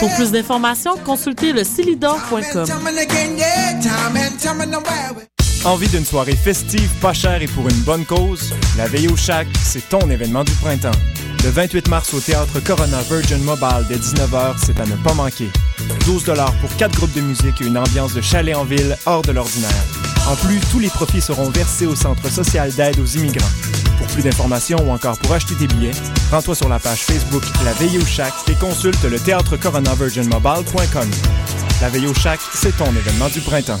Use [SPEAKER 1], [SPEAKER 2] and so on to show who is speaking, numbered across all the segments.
[SPEAKER 1] Pour plus d'informations, consultez le silidor.com.
[SPEAKER 2] Envie d'une soirée festive, pas chère et pour une bonne cause? La Veille au Chac, c'est ton événement du printemps. Le 28 mars au Théâtre Corona Virgin Mobile dès 19h, c'est à ne pas manquer. 12 pour 4 groupes de musique et une ambiance de chalet en ville hors de l'ordinaire. En plus, tous les profits seront versés au Centre social d'aide aux immigrants. Pour plus d'informations ou encore pour acheter des billets, rends-toi sur la page Facebook La Veille au Chac et consulte le théâtrecoronavirginmobile.com. La Veille au Chac, c'est ton événement du printemps.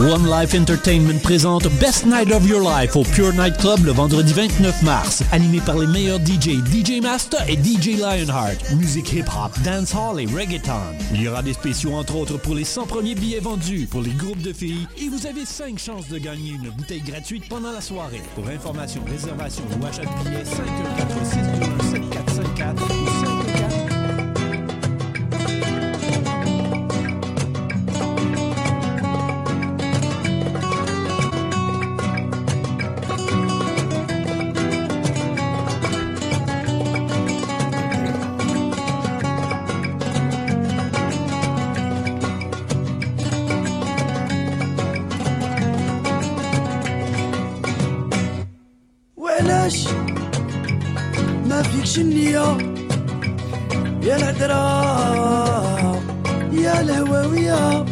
[SPEAKER 3] One Life Entertainment présente Best Night of Your Life au Pure Night Club le vendredi 29 mars, animé par les meilleurs DJ, DJ Master et DJ Lionheart. Musique hip-hop, dancehall et reggaeton. Il y aura des spéciaux entre autres pour les 100 premiers billets vendus pour les groupes de filles et vous avez 5 chances de gagner une bouteille gratuite pendant la soirée. Pour information, réservation ou achat de billets, 514 7454 ou 5
[SPEAKER 4] وعلاش ما فيكش النية يا الهدرة يا الهواوية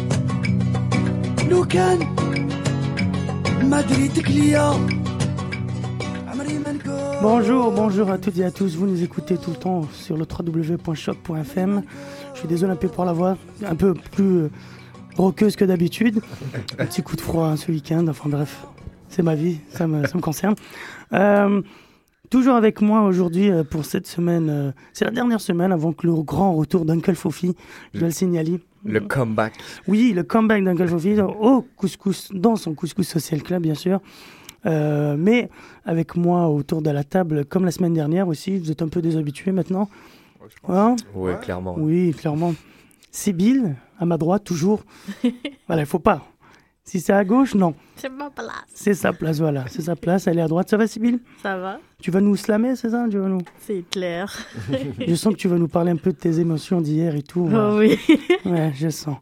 [SPEAKER 4] لو كان ما دريتك ليا عمري ما نكون
[SPEAKER 5] Bonjour, bonjour à toutes et à tous. Vous nous écoutez tout le temps sur le www.choc.fm. Je suis désolé un peu pour la voix, un peu plus euh, roqueuse que d'habitude. Un petit coup de froid hein, ce week-end. Enfin bref, c'est ma vie, ça me, ça me concerne. Euh, toujours avec moi aujourd'hui euh, pour cette semaine. euh, c'est la dernière semaine avant que le grand retour d'Uncle Fofi. Je dois le signaler.
[SPEAKER 6] Le comeback.
[SPEAKER 5] Oui, le comeback d'Uncle Fofi au couscous, dans son couscous social club, bien sûr. Euh, mais avec moi autour de la table, comme la semaine dernière aussi, vous êtes un peu déshabitués maintenant. Hein
[SPEAKER 6] Oui, clairement.
[SPEAKER 5] oui, clairement. Sibyl, à ma droite, toujours. voilà, il faut pas. Si c'est à gauche, non.
[SPEAKER 7] C'est ma place.
[SPEAKER 5] C'est sa place, voilà. C'est sa place, elle est à droite. Ça va, Sibyl
[SPEAKER 7] Ça va?
[SPEAKER 5] Tu vas nous slammer, c'est ça tu vas nous...
[SPEAKER 7] C'est clair.
[SPEAKER 5] Je sens que tu vas nous parler un peu de tes émotions d'hier et tout.
[SPEAKER 7] Oh oui.
[SPEAKER 5] Ouais, je sens.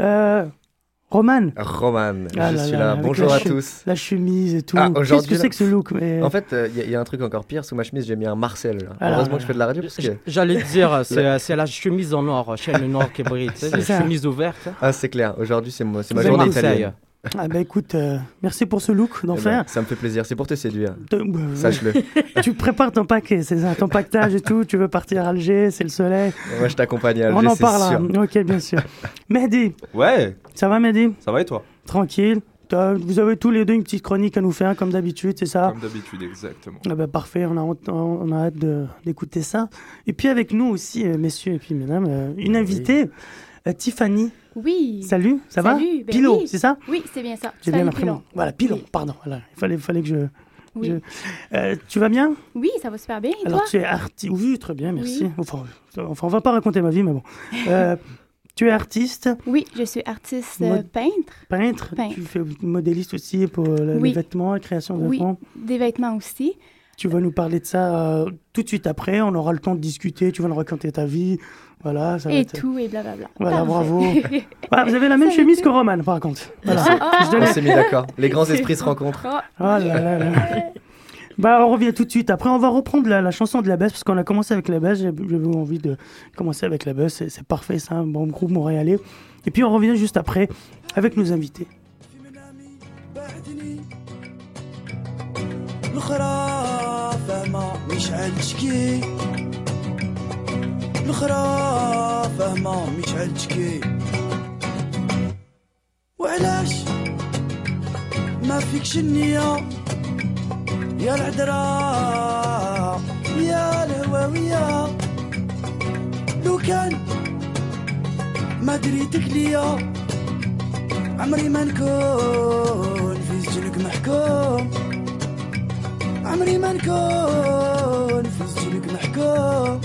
[SPEAKER 5] Euh, Roman,
[SPEAKER 6] Roman,
[SPEAKER 5] Ah
[SPEAKER 6] je
[SPEAKER 5] là
[SPEAKER 6] suis
[SPEAKER 5] là,
[SPEAKER 6] là.
[SPEAKER 5] avec
[SPEAKER 6] Bonjour
[SPEAKER 5] la
[SPEAKER 6] à
[SPEAKER 5] chute.
[SPEAKER 6] tous.
[SPEAKER 5] la chemise et tout.
[SPEAKER 6] Ah,
[SPEAKER 5] Qu'est-ce que
[SPEAKER 6] aujourd'hui, là-
[SPEAKER 5] c'est que ce look mais... euh,
[SPEAKER 6] En fait, il y, a- y a un truc encore pire. Sous ma chemise, j'ai mis un Marcel. là.
[SPEAKER 5] Ah là
[SPEAKER 6] Heureusement
[SPEAKER 5] là.
[SPEAKER 6] que je fais de la radio parce que.
[SPEAKER 8] J'allais te dire, c'est euh, c'est la chemise en noir, chaîne noire qui brille, tu sais, la
[SPEAKER 5] ça.
[SPEAKER 8] chemise ouverte.
[SPEAKER 6] Ah, c'est clair. Aujourd'hui, c'est moi- c'est ma
[SPEAKER 8] C'est
[SPEAKER 6] journée
[SPEAKER 8] Marseille.
[SPEAKER 6] italienne.
[SPEAKER 5] Ah bah écoute, euh, merci pour ce look
[SPEAKER 6] Eh ben,
[SPEAKER 5] d'enfer.
[SPEAKER 6] ça me fait plaisir. C'est pour te séduire.
[SPEAKER 5] Te- bah,
[SPEAKER 6] Sache-le.
[SPEAKER 5] Tu prépares ton paquet, c'est ça, ton pactage et tout. Tu veux partir à Alger, c'est le soleil.
[SPEAKER 6] moi, je t'accompagne à
[SPEAKER 5] On
[SPEAKER 6] Alger,
[SPEAKER 5] en
[SPEAKER 6] c'est
[SPEAKER 5] parle.
[SPEAKER 6] sûr.
[SPEAKER 5] hein. Ok, bien sûr. Mehdi,
[SPEAKER 9] Ouais,
[SPEAKER 5] ça va Mehdi
[SPEAKER 9] ça va et toi
[SPEAKER 5] Tranquille. T'as- Vous avez tous les deux une petite chronique à nous faire, comme d'habitude, c'est ça
[SPEAKER 9] Comme d'habitude, exactement.
[SPEAKER 5] Ah bah parfait, on a, honte- on a hâte de- d'écouter ça. Et puis avec nous aussi, euh, messieurs et puis mesdames, euh, une invitée, euh, Tiffany.
[SPEAKER 10] Oui.
[SPEAKER 5] Salut, ça
[SPEAKER 10] Salut,
[SPEAKER 5] va
[SPEAKER 10] ben
[SPEAKER 5] Pilo,
[SPEAKER 10] oui.
[SPEAKER 5] c'est ça
[SPEAKER 10] Oui, c'est bien ça.
[SPEAKER 5] J'ai
[SPEAKER 10] Salut,
[SPEAKER 5] bien appris
[SPEAKER 10] Pilon.
[SPEAKER 5] mon- Voilà, Pilon,
[SPEAKER 10] Oui.
[SPEAKER 5] pardon. Voilà, il fallait, fallait que je.
[SPEAKER 10] Oui.
[SPEAKER 5] je- Euh, tu vas bien
[SPEAKER 10] Oui, ça va super bien. Et
[SPEAKER 5] Alors
[SPEAKER 10] toi
[SPEAKER 5] tu es artiste. Oui, très bien, merci.
[SPEAKER 10] Oui.
[SPEAKER 5] Enfin, enfin, on va pas raconter ma vie, mais bon. Euh, tu es artiste,
[SPEAKER 10] Oui, je suis artiste euh,
[SPEAKER 5] Moi-
[SPEAKER 10] peintre.
[SPEAKER 5] peintre,
[SPEAKER 10] Peintre.
[SPEAKER 5] tu fais modéliste aussi pour euh, le-
[SPEAKER 10] Oui.
[SPEAKER 5] les vêtements, la création de
[SPEAKER 10] Oui.
[SPEAKER 5] vêtements.
[SPEAKER 10] Des vêtements aussi.
[SPEAKER 5] Tu vas nous parler de ça euh, tout de suite après. On aura le temps de discuter. Tu vas nous raconter ta vie. Voilà, ça va
[SPEAKER 10] et
[SPEAKER 5] être-
[SPEAKER 10] tout, et blablabla.
[SPEAKER 5] Voilà,
[SPEAKER 10] Parfait.
[SPEAKER 5] bravo. Ah, vous avez la même
[SPEAKER 10] Ça va
[SPEAKER 5] chemise
[SPEAKER 10] être-
[SPEAKER 5] que Roman, par contre. Voilà.
[SPEAKER 10] Ah,
[SPEAKER 5] Je
[SPEAKER 6] On
[SPEAKER 5] devais-
[SPEAKER 6] s'est mis d'accord. Les grands esprits se rencontrent.
[SPEAKER 10] ah,
[SPEAKER 5] Oh là là là. Bah, on revient tout de suite. Après, on va reprendre la, la chanson de la baisse, parce qu'on a commencé avec la baisse. J'ai- J'avais envie de commencer avec la baisse. C'est c'est parfait, c'est un bon groupe montréalais. Et puis, on revient juste après avec nos invités.
[SPEAKER 4] في منامي بعدني الخرا فاهمة مش عالتشكي الخرا فاهمة مش عالتشكي وعلاش ما فيكش النية يا العذرا يا الهواوية لو كان ما دريتك ليا عمري ما نكون في سجنك محكوم عمري ما نكون في سجنك محكوم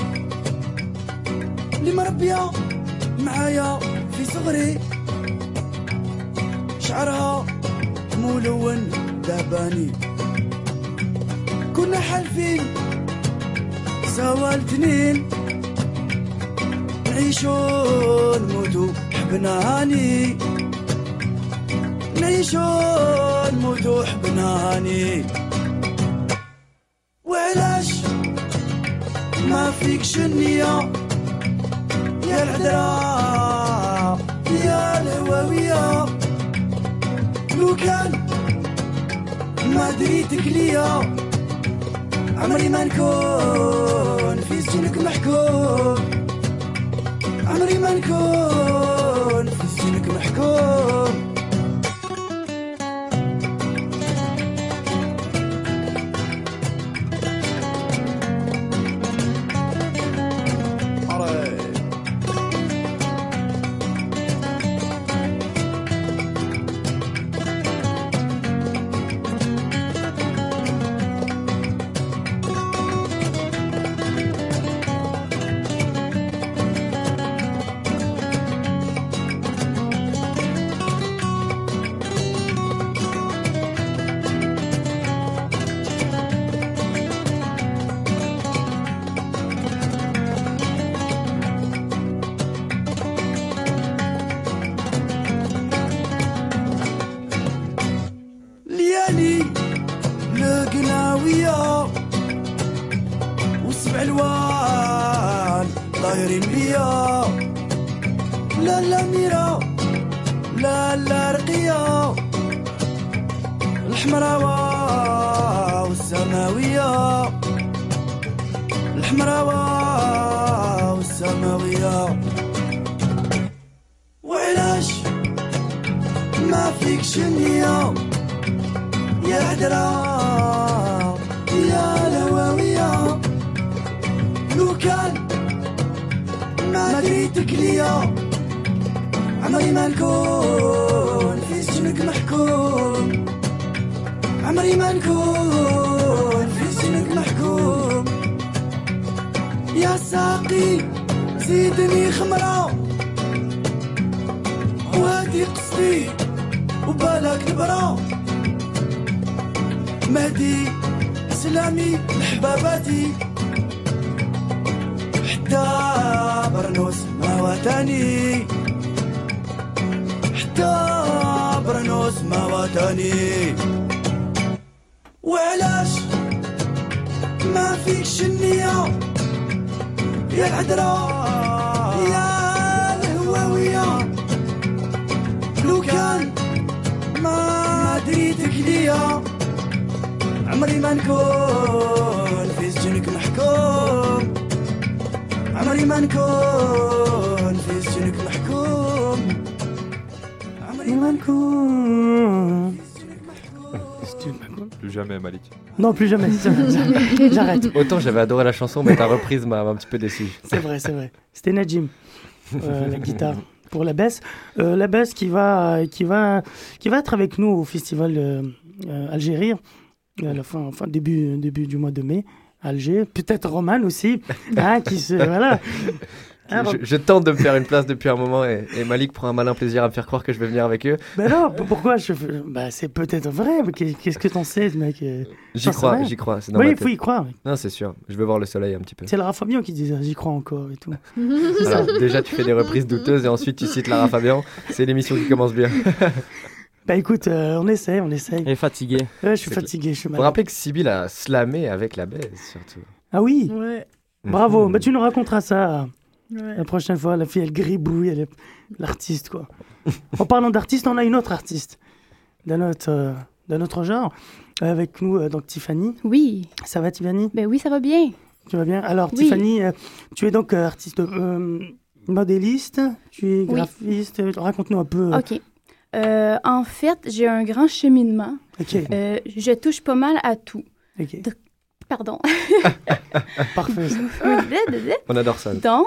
[SPEAKER 4] اللي مربية معايا في صغري شعرها ملون ذهباني كنا حالفين سوا الاثنين نعيشو نموتو حبنا هاني نعيشو نموتو حبنا هاني وعلاش ما فيكش النية يا العذراء يا الهواوية لو كان ما دريتك ليا عمري ما نكون في سجنك محكوم عمري ما نكون في سجنك محكوم ليالي القناوية وسبع الوان طايرين بيا لا لا ميرا لا لا رقية الحمراوة والسماوية الحمراوة والسماوية وعلاش ما فيكش النية يا العذراء يا الهواوية لو كان ما دريتك ليا عمري ما نكون في سجنك محكوم عمري ما نكون في سجنك محكوم يا ساقي زيدني خمرة وهادي قصدي وبالك نبرة مهدي سلامي لحباباتي حتى برنوس ما وطني حتى برنوس ما وطني وعلاش ما فيكش النية يا العذراء يا الهواوية لو كان ما دريتك ليا عمري ما نكون في سجنك محكوم عمري ما نكون في سجنك محكوم عمري ما نكون
[SPEAKER 7] Plus jamais, Malik.
[SPEAKER 5] Non, plus jamais. J'arrête.
[SPEAKER 6] Autant j'avais adoré la chanson, mais ta reprise m'a m'a un petit peu déçu.
[SPEAKER 5] C'est vrai, c'est vrai. C'était Najim, euh, la guitare pour la baisse. Euh, la baisse qui va, qui, va, qui va être avec nous au festival euh, euh, Algérie, euh, à la fin, fin début, début du mois de mai, à Alger. Peut-être Roman aussi, hein, qui se. Voilà. Hein, Ro-
[SPEAKER 6] Je, je tente de me faire une place depuis un moment et, et Malik prend un malin plaisir à me faire croire que je vais venir avec eux.
[SPEAKER 5] Ben non, p- pourquoi je... ben, C'est peut-être vrai, mais qu'est- qu'est-ce que t'en sais, ce mec euh,
[SPEAKER 6] J'y
[SPEAKER 5] j'en sais
[SPEAKER 6] crois,
[SPEAKER 5] rien.
[SPEAKER 6] j'y crois. c'est dans
[SPEAKER 5] Oui,
[SPEAKER 6] ma
[SPEAKER 5] il faut
[SPEAKER 6] tête.
[SPEAKER 5] y croire.
[SPEAKER 6] Non, c'est sûr. Je veux voir le soleil un petit peu.
[SPEAKER 5] C'est Lara Fabian qui disait J'y crois encore et tout.
[SPEAKER 6] Alors, déjà, tu fais des reprises douteuses et ensuite tu cites Lara Fabian. C'est l'émission qui commence bien.
[SPEAKER 5] Bah écoute, euh, on essaye, on essaye.
[SPEAKER 8] Elle est fatiguée.
[SPEAKER 5] Ouais, je suis
[SPEAKER 6] C'est clair.
[SPEAKER 5] fatigué, je suis
[SPEAKER 6] Faut
[SPEAKER 5] malade.
[SPEAKER 6] rappeler que Sibyl a slamé avec la baisse, surtout.
[SPEAKER 5] Ah oui
[SPEAKER 1] Ouais.
[SPEAKER 5] Bravo, bah, tu nous raconteras ça
[SPEAKER 1] ouais.
[SPEAKER 5] la prochaine fois. La fille, elle gribouille, elle est l'artiste, quoi. en parlant d'artiste, on a une autre artiste d'un autre, euh, d'un autre genre avec nous, euh, donc Tiffany.
[SPEAKER 10] Oui,
[SPEAKER 5] Ça va, Tiffany
[SPEAKER 10] ben oui, ça va bien.
[SPEAKER 5] Tu vas bien Alors,
[SPEAKER 10] Oui.
[SPEAKER 5] Tiffany, euh, tu es donc euh, artiste euh, modéliste, tu es graphiste. euh, Raconte-nous un peu. euh,
[SPEAKER 10] OK. Euh, en fait, j'ai un grand cheminement.
[SPEAKER 5] Ok,
[SPEAKER 10] Euh, je touche pas mal à tout.
[SPEAKER 5] ok.
[SPEAKER 10] pardon.
[SPEAKER 5] Parfait. ça.
[SPEAKER 6] On adore ça.
[SPEAKER 10] Donc,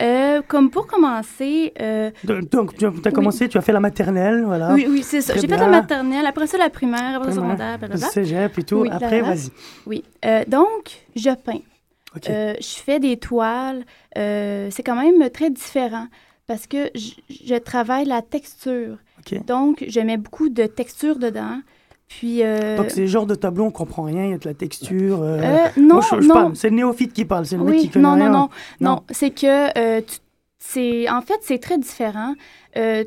[SPEAKER 10] euh, comme pour commencer, euh,
[SPEAKER 5] De- Donc, tu as t'as commencé, tu as fait la maternelle, voilà.
[SPEAKER 10] oui, oui, c'est ça.
[SPEAKER 5] Très
[SPEAKER 10] J'ai fait la
[SPEAKER 5] bien.
[SPEAKER 10] maternelle, après ça la primaire, après
[SPEAKER 5] Primaire,
[SPEAKER 10] le secondaire,
[SPEAKER 5] le
[SPEAKER 10] blablabla.
[SPEAKER 5] cégep et tout.
[SPEAKER 10] Oui,
[SPEAKER 5] Après,
[SPEAKER 10] blablabla.
[SPEAKER 5] vas-y.
[SPEAKER 10] Oui. Euh, donc, je peins.
[SPEAKER 5] Ok.
[SPEAKER 10] Euh, je fais des toiles. Euh, c'est quand même très différent parce que je, je travaille la texture.
[SPEAKER 5] Ok.
[SPEAKER 10] Donc, je mets beaucoup de texture dedans. Puis. euh,
[SPEAKER 5] Donc, c'est le genre de tableau, on comprend rien, il y a de la texture. euh,
[SPEAKER 10] euh, non,
[SPEAKER 5] moi, je- je
[SPEAKER 10] non.
[SPEAKER 5] parle, c'est le néophyte qui parle, c'est le mec
[SPEAKER 10] Oui,
[SPEAKER 5] qui connaît
[SPEAKER 10] non, non,
[SPEAKER 5] rien.
[SPEAKER 10] non, non,
[SPEAKER 5] Non.
[SPEAKER 10] C'est que, euh, tu- c'est, en fait, c'est très différent. Euh,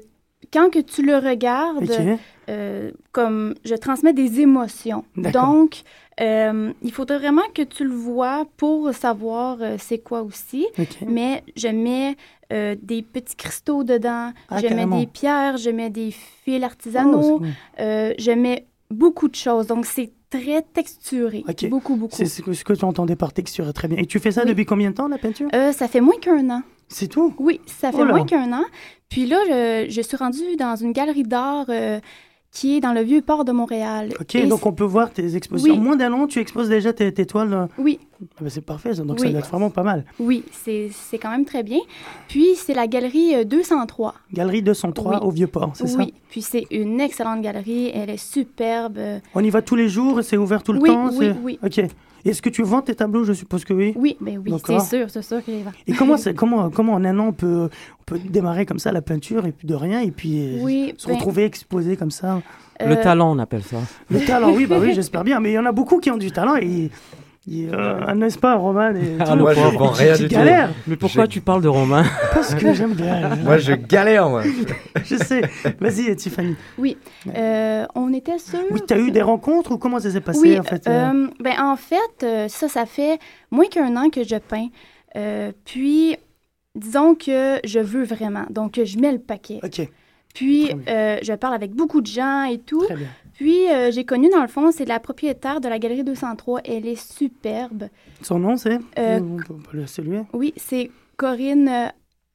[SPEAKER 10] quand que tu le regardes,
[SPEAKER 5] Ok.
[SPEAKER 10] euh, comme je transmets des émotions.
[SPEAKER 5] D'accord.
[SPEAKER 10] Donc, euh, il faudrait vraiment que tu le vois pour savoir euh, c'est quoi aussi.
[SPEAKER 5] ok.
[SPEAKER 10] Mais je mets euh, des petits cristaux dedans,
[SPEAKER 5] Ah,
[SPEAKER 10] je
[SPEAKER 5] carrément.
[SPEAKER 10] mets des pierres, je mets des fils
[SPEAKER 5] Oh,
[SPEAKER 10] artisanaux,
[SPEAKER 5] c'est-
[SPEAKER 10] euh, je mets beaucoup de choses. Donc, c'est très texturé.
[SPEAKER 5] Ok.
[SPEAKER 10] Beaucoup, beaucoup.
[SPEAKER 5] C'est ce que- ce que tu entendais par texture, très bien. Et tu fais ça
[SPEAKER 10] Oui.
[SPEAKER 5] depuis combien de temps, la peinture
[SPEAKER 10] Euh, ça fait moins qu'un an.
[SPEAKER 5] C'est tout
[SPEAKER 10] Oui, ça fait
[SPEAKER 5] Oh là.
[SPEAKER 10] moins qu'un an. Puis là, je, je suis rendue dans une galerie d'art euh, qui est dans le vieux port de Montréal.
[SPEAKER 5] Ok,
[SPEAKER 10] Et
[SPEAKER 5] donc on peut voir tes expositions.
[SPEAKER 10] Oui.
[SPEAKER 5] Moins d'un an, tu exposes déjà tes, tes toiles. euh,
[SPEAKER 10] c'est- Oui,
[SPEAKER 5] ah ben, c'est parfait, ça. donc ça
[SPEAKER 10] Oui.
[SPEAKER 5] doit être vraiment pas mal.
[SPEAKER 10] oui, c'est c'est quand même très bien. Puis c'est la galerie euh, 203.
[SPEAKER 5] Galerie 203
[SPEAKER 10] Oui.
[SPEAKER 5] au Vieux-Port, c'est ça
[SPEAKER 10] Oui, puis c'est une excellente galerie. Elle est superbe. euh,
[SPEAKER 5] On y va tous les jours, c'est ouvert tout le
[SPEAKER 10] Oui,
[SPEAKER 5] temps
[SPEAKER 10] oui,
[SPEAKER 5] c'est-
[SPEAKER 10] oui.
[SPEAKER 5] Ok. Est-ce que tu vends tes tableaux Je suppose que oui.
[SPEAKER 10] Oui, ben oui, c'est
[SPEAKER 5] D'accord.
[SPEAKER 10] sûr, c'est sûr que les vents.
[SPEAKER 5] Et comment, c'est- comment, comment en un an on peut, on peut démarrer comme ça la peinture et puis de rien et puis euh,
[SPEAKER 10] Oui,
[SPEAKER 5] se
[SPEAKER 10] ben,
[SPEAKER 5] retrouver exposé comme ça
[SPEAKER 8] Le
[SPEAKER 10] euh,
[SPEAKER 8] talent, on appelle ça.
[SPEAKER 5] Le talent, oui, bah oui, j'espère bien. Mais il y en a beaucoup qui ont du talent et. et, euh, N'est-ce pas, Roman et
[SPEAKER 8] Ah,
[SPEAKER 5] tout.
[SPEAKER 8] le
[SPEAKER 6] Moi, je
[SPEAKER 8] pauvre.
[SPEAKER 6] vends rien
[SPEAKER 5] Qui
[SPEAKER 6] du tout.
[SPEAKER 5] galère
[SPEAKER 8] Mais pourquoi
[SPEAKER 6] Je-
[SPEAKER 8] tu parles de Romain
[SPEAKER 5] Parce que j'aime bien.
[SPEAKER 6] Moi, je galère, moi.
[SPEAKER 5] Je sais. Vas-y, Tiffany.
[SPEAKER 10] euh, on était sur.
[SPEAKER 5] Oui, t'as eu des rencontres ou comment ça s'est passé
[SPEAKER 10] Oui,
[SPEAKER 5] en fait euh,
[SPEAKER 10] euh, ben, en fait, euh, ça, ça fait moins qu'un an que je peins. Euh, puis, disons que je veux vraiment. Donc, je mets le paquet.
[SPEAKER 5] Ok,
[SPEAKER 10] Puis,
[SPEAKER 5] très
[SPEAKER 10] euh, je parle avec beaucoup de gens et tout.
[SPEAKER 5] très bien.
[SPEAKER 10] Puis, euh, j'ai connu, dans le fond, c'est la propriétaire de la Galerie 203. Elle est superbe.
[SPEAKER 5] Son nom, c'est
[SPEAKER 10] Euh,
[SPEAKER 5] On peut- on peut le saluer.
[SPEAKER 10] Oui, c'est Corinne euh,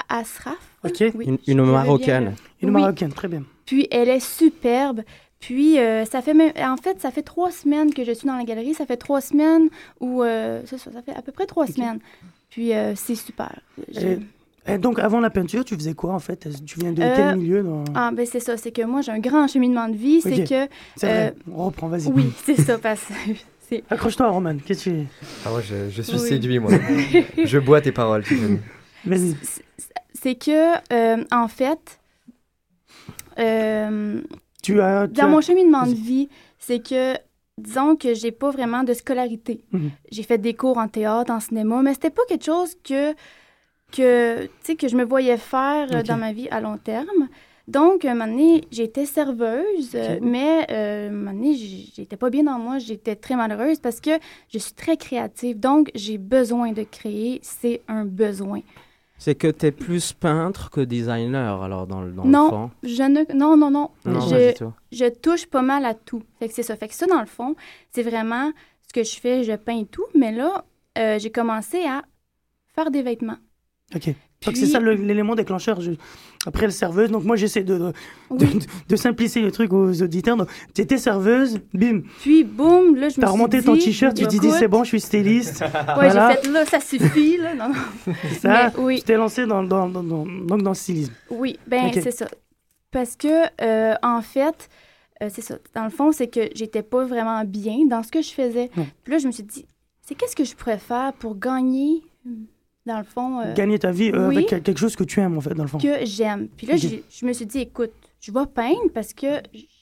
[SPEAKER 10] Asraf.
[SPEAKER 5] Ok.
[SPEAKER 10] Oui,
[SPEAKER 8] Une,
[SPEAKER 10] je
[SPEAKER 8] une
[SPEAKER 10] reviens.
[SPEAKER 8] Marocaine.
[SPEAKER 5] Une
[SPEAKER 10] oui.
[SPEAKER 5] marocaine, très bien.
[SPEAKER 10] Puis, elle est superbe. Puis, euh, ça fait même, en fait, ça fait trois semaines que je suis dans la galerie. Ça fait trois semaines ou... euh, c'est ça, ça fait à peu près trois semaines. Puis, euh, c'est super. Je-
[SPEAKER 5] Et- Et donc, avant la peinture, tu faisais quoi en fait Tu viens de
[SPEAKER 10] Euh,
[SPEAKER 5] quel milieu dans-
[SPEAKER 10] Ah, ben c'est ça, c'est que moi, j'ai un grand cheminement de vie.
[SPEAKER 5] Ok.
[SPEAKER 10] C'est que... euh,
[SPEAKER 5] C'est vrai, on reprend, vas-y.
[SPEAKER 10] Oui, c'est ça, parce que... c'est-
[SPEAKER 5] Accroche-toi, Roman. Qu'est-ce que
[SPEAKER 6] Ah, moi, je, je suis
[SPEAKER 10] Oui.
[SPEAKER 6] séduit, moi. je bois tes paroles, Tiffany.
[SPEAKER 5] tu. Vas-y.
[SPEAKER 10] C'est que, euh, en fait, euh,
[SPEAKER 5] Tu as. tu
[SPEAKER 10] dans
[SPEAKER 5] as-
[SPEAKER 10] mon cheminement de
[SPEAKER 5] vas-y.
[SPEAKER 10] vie, c'est que, disons que j'ai pas vraiment de scolarité.
[SPEAKER 5] Mhm.
[SPEAKER 10] J'ai fait des cours en théâtre, en cinéma, mais c'était pas quelque chose que, que, tu sais, que je me voyais faire euh,
[SPEAKER 5] Ok.
[SPEAKER 10] dans ma vie à long terme. Donc, un moment donné, j'étais serveuse, euh, mais euh, un moment donné, j- j'étais pas bien dans moi, j'étais très malheureuse parce que je suis très créative, donc j'ai besoin de créer, c'est un besoin.
[SPEAKER 8] C'est que t'es plus peintre que designer, alors, dans, le- dans
[SPEAKER 10] Non,
[SPEAKER 8] le fond.
[SPEAKER 10] Je ne... Non, non, non.
[SPEAKER 8] Non, pas
[SPEAKER 10] je,
[SPEAKER 8] du tout.
[SPEAKER 10] je touche pas mal à tout. Fait que c'est ça. Fait que ça, dans le fond, c'est vraiment ce que je fais, je peins et tout. Mais là, euh, j'ai commencé à faire des vêtements.
[SPEAKER 5] Ok. Donc,
[SPEAKER 10] Puis-
[SPEAKER 5] c'est ça le- l'élément déclencheur. je- Après, le serveuse. Donc, moi, j'essaie de, de, de,
[SPEAKER 10] Oui.
[SPEAKER 5] de simplifier le truc aux auditeurs. Donc, tu étais serveuse, bim.
[SPEAKER 10] Puis, boum, là, je me suis
[SPEAKER 5] T'as remonté
[SPEAKER 10] dit, bah,
[SPEAKER 5] ton t-shirt, tu t'es dit,
[SPEAKER 10] écoute,
[SPEAKER 5] c'est bon, je suis styliste.
[SPEAKER 10] Ouais,
[SPEAKER 5] voilà.
[SPEAKER 10] j'ai fait là, ça suffit, là. Non, non.
[SPEAKER 5] ça,
[SPEAKER 10] Mais oui.
[SPEAKER 5] tu t'es lancé dans, dans, dans, dans- donc dans le stylisme.
[SPEAKER 10] Oui, ben
[SPEAKER 5] Ok.
[SPEAKER 10] c'est ça. Parce que, euh, en fait, euh, c'est ça. Dans le fond, c'est que j'étais pas vraiment bien dans ce que je faisais.
[SPEAKER 5] Non.
[SPEAKER 10] Puis là, je me suis dit, c'est qu'est-ce que je pourrais faire pour gagner, dans le fond, euh,
[SPEAKER 5] Gagner ta vie euh,
[SPEAKER 10] oui.
[SPEAKER 5] avec quel- quelque chose que tu aimes, en fait, dans le fond.
[SPEAKER 10] que j'aime. Puis là,
[SPEAKER 5] Ok.
[SPEAKER 10] j'ai- je me suis dit, écoute, je vais peindre parce que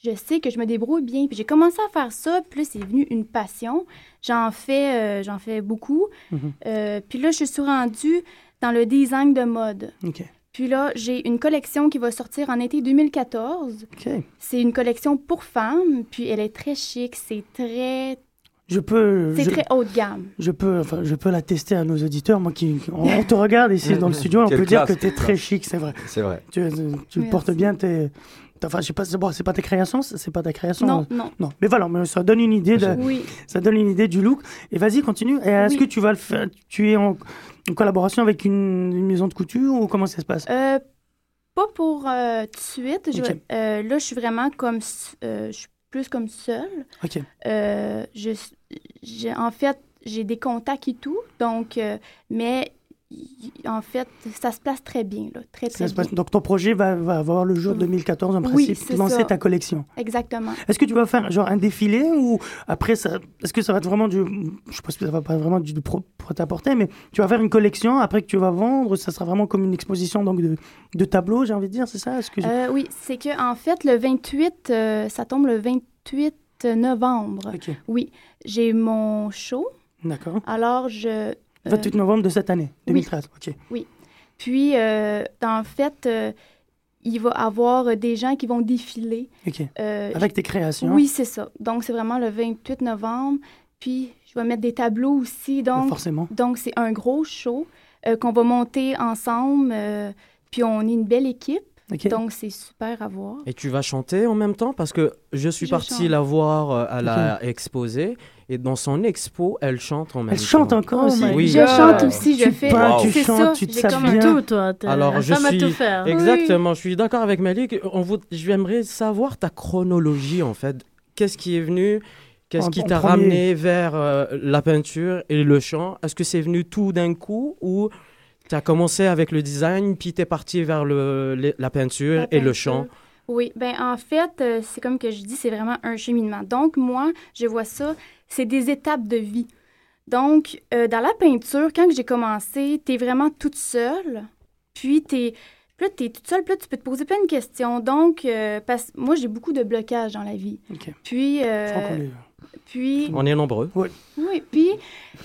[SPEAKER 10] je sais que je me débrouille bien. Puis j'ai commencé à faire ça, puis là, c'est devenu une passion. J'en fais, euh, j'en fais beaucoup.
[SPEAKER 5] Mhm.
[SPEAKER 10] Euh, puis là, je suis rendue dans le design de mode.
[SPEAKER 5] Ok.
[SPEAKER 10] Puis là, j'ai une collection qui va sortir en été 2014.
[SPEAKER 5] Ok.
[SPEAKER 10] C'est une collection pour femmes, puis elle est très chic, c'est très,
[SPEAKER 5] Je peux,
[SPEAKER 10] c'est
[SPEAKER 5] je,
[SPEAKER 10] très haut de gamme.
[SPEAKER 5] je peux, enfin, je peux la tester à nos auditeurs. Moi, qui, on, on te regarde ici dans le studio, on
[SPEAKER 6] Quelle
[SPEAKER 5] peut dire que
[SPEAKER 6] classe,
[SPEAKER 5] t'es très chic, c'est vrai.
[SPEAKER 6] C'est vrai.
[SPEAKER 5] Tu, tu
[SPEAKER 10] Merci.
[SPEAKER 5] portes bien tes, t'as- enfin, je sais pas, c'est bon, c'est pas ta création, c'est c'est pas ta création.
[SPEAKER 10] Non,
[SPEAKER 5] euh,
[SPEAKER 10] non.
[SPEAKER 5] Non, mais voilà, mais ça donne une idée de,
[SPEAKER 10] Oui,
[SPEAKER 5] ça donne une idée du look. Et vas-y, continue. Et Est-ce
[SPEAKER 10] Oui.
[SPEAKER 5] que tu vas le faire Tu es en, en collaboration avec une, une maison de couture ou comment ça se passe
[SPEAKER 10] Euh, pas pour euh, tout de suite. Je-
[SPEAKER 5] Ok.
[SPEAKER 10] euh, là, je suis vraiment comme. s- euh, je suis plus comme seule.
[SPEAKER 5] Ok.
[SPEAKER 10] Euh, je, j'ai- en fait, j'ai des contacts et tout. Donc, euh, mais y- en fait, ça se place très bien, là, très,
[SPEAKER 5] Ça
[SPEAKER 10] très
[SPEAKER 5] se
[SPEAKER 10] bien.
[SPEAKER 5] passe- Donc ton projet va, va voir le jour 2014 en
[SPEAKER 10] Euh, Oui,
[SPEAKER 5] principe,
[SPEAKER 10] c'est
[SPEAKER 5] lancer
[SPEAKER 10] ça.
[SPEAKER 5] ta collection.
[SPEAKER 10] Exactement.
[SPEAKER 5] Est-ce que tu vas faire genre un défilé ou après ça Est-ce que ça va être vraiment du Je pense que ça va pas vraiment du du pro, t'apporter, mais tu vas faire une collection après que tu vas vendre. Ça sera vraiment comme une exposition donc de, de tableaux, j'ai envie de dire, c'est ça Est-ce que j'ai-
[SPEAKER 10] Euh, oui, c'est que en fait, le 28, euh, ça tombe le 28 novembre.
[SPEAKER 5] Ok.
[SPEAKER 10] Oui, j'ai mon show.
[SPEAKER 5] D'accord.
[SPEAKER 10] Alors, je... euh,
[SPEAKER 5] 28 novembre de cette année, 2013. Ok.
[SPEAKER 10] Oui. Puis, euh, en fait, euh, il va avoir des gens qui vont défiler.
[SPEAKER 5] Ok.
[SPEAKER 10] Euh,
[SPEAKER 5] Avec
[SPEAKER 10] je-
[SPEAKER 5] tes créations.
[SPEAKER 10] Oui, c'est ça. Donc, c'est vraiment le 28 novembre. Puis, je vais mettre des tableaux aussi. Donc,
[SPEAKER 5] forcément.
[SPEAKER 10] Donc, c'est un gros show euh, qu'on va monter ensemble. euh, puis, on est une belle équipe.
[SPEAKER 8] Ok.
[SPEAKER 10] Donc, c'est super à voir.
[SPEAKER 8] Et tu vas chanter en même temps parce que je suis
[SPEAKER 10] Je
[SPEAKER 8] parti
[SPEAKER 10] chante.
[SPEAKER 8] la voir euh, à la exposée et dans son expo, elle chante en même
[SPEAKER 5] Elle
[SPEAKER 8] temps.
[SPEAKER 5] chante encore aussi.
[SPEAKER 8] Oui.
[SPEAKER 10] Je chante aussi, je
[SPEAKER 5] Tu
[SPEAKER 10] fais.
[SPEAKER 5] peins, tu
[SPEAKER 10] c'est
[SPEAKER 5] chantes,
[SPEAKER 10] ça,
[SPEAKER 5] tu te
[SPEAKER 10] j'ai
[SPEAKER 5] sapes
[SPEAKER 10] comme un
[SPEAKER 5] bien.
[SPEAKER 10] tout,
[SPEAKER 7] toi, t'es
[SPEAKER 8] Alors
[SPEAKER 7] la
[SPEAKER 8] je
[SPEAKER 7] femme à
[SPEAKER 8] suis
[SPEAKER 7] tout faire.
[SPEAKER 8] exactement, je suis d'accord avec Malik. On vous, je aimerais savoir ta chronologie en fait. Qu'est-ce qui est venu Qu'est-ce
[SPEAKER 5] En-
[SPEAKER 8] qui
[SPEAKER 5] en
[SPEAKER 8] t'a
[SPEAKER 5] premier.
[SPEAKER 8] ramené vers euh, la peinture et le chant Est-ce que c'est venu tout d'un coup ou tu as commencé avec le design puis t'es parti vers le, le- la peinture
[SPEAKER 10] La
[SPEAKER 8] et le
[SPEAKER 10] peinture.
[SPEAKER 8] chant
[SPEAKER 10] Oui, ben en fait, euh, c'est comme que je dis, c'est vraiment un cheminement. Donc, moi, je vois ça, c'est des étapes de vie. Donc, euh, dans la peinture, quand j'ai commencé, t'es vraiment toute seule, puis t'es... puis Là, t'es toute seule, puis là, tu peux te poser plein de questions. Donc, euh, parce moi, j'ai beaucoup de blocages dans la vie. Puis, euh,
[SPEAKER 8] crois qu'on est-
[SPEAKER 10] puis,
[SPEAKER 8] On est nombreux.
[SPEAKER 10] oui, puis,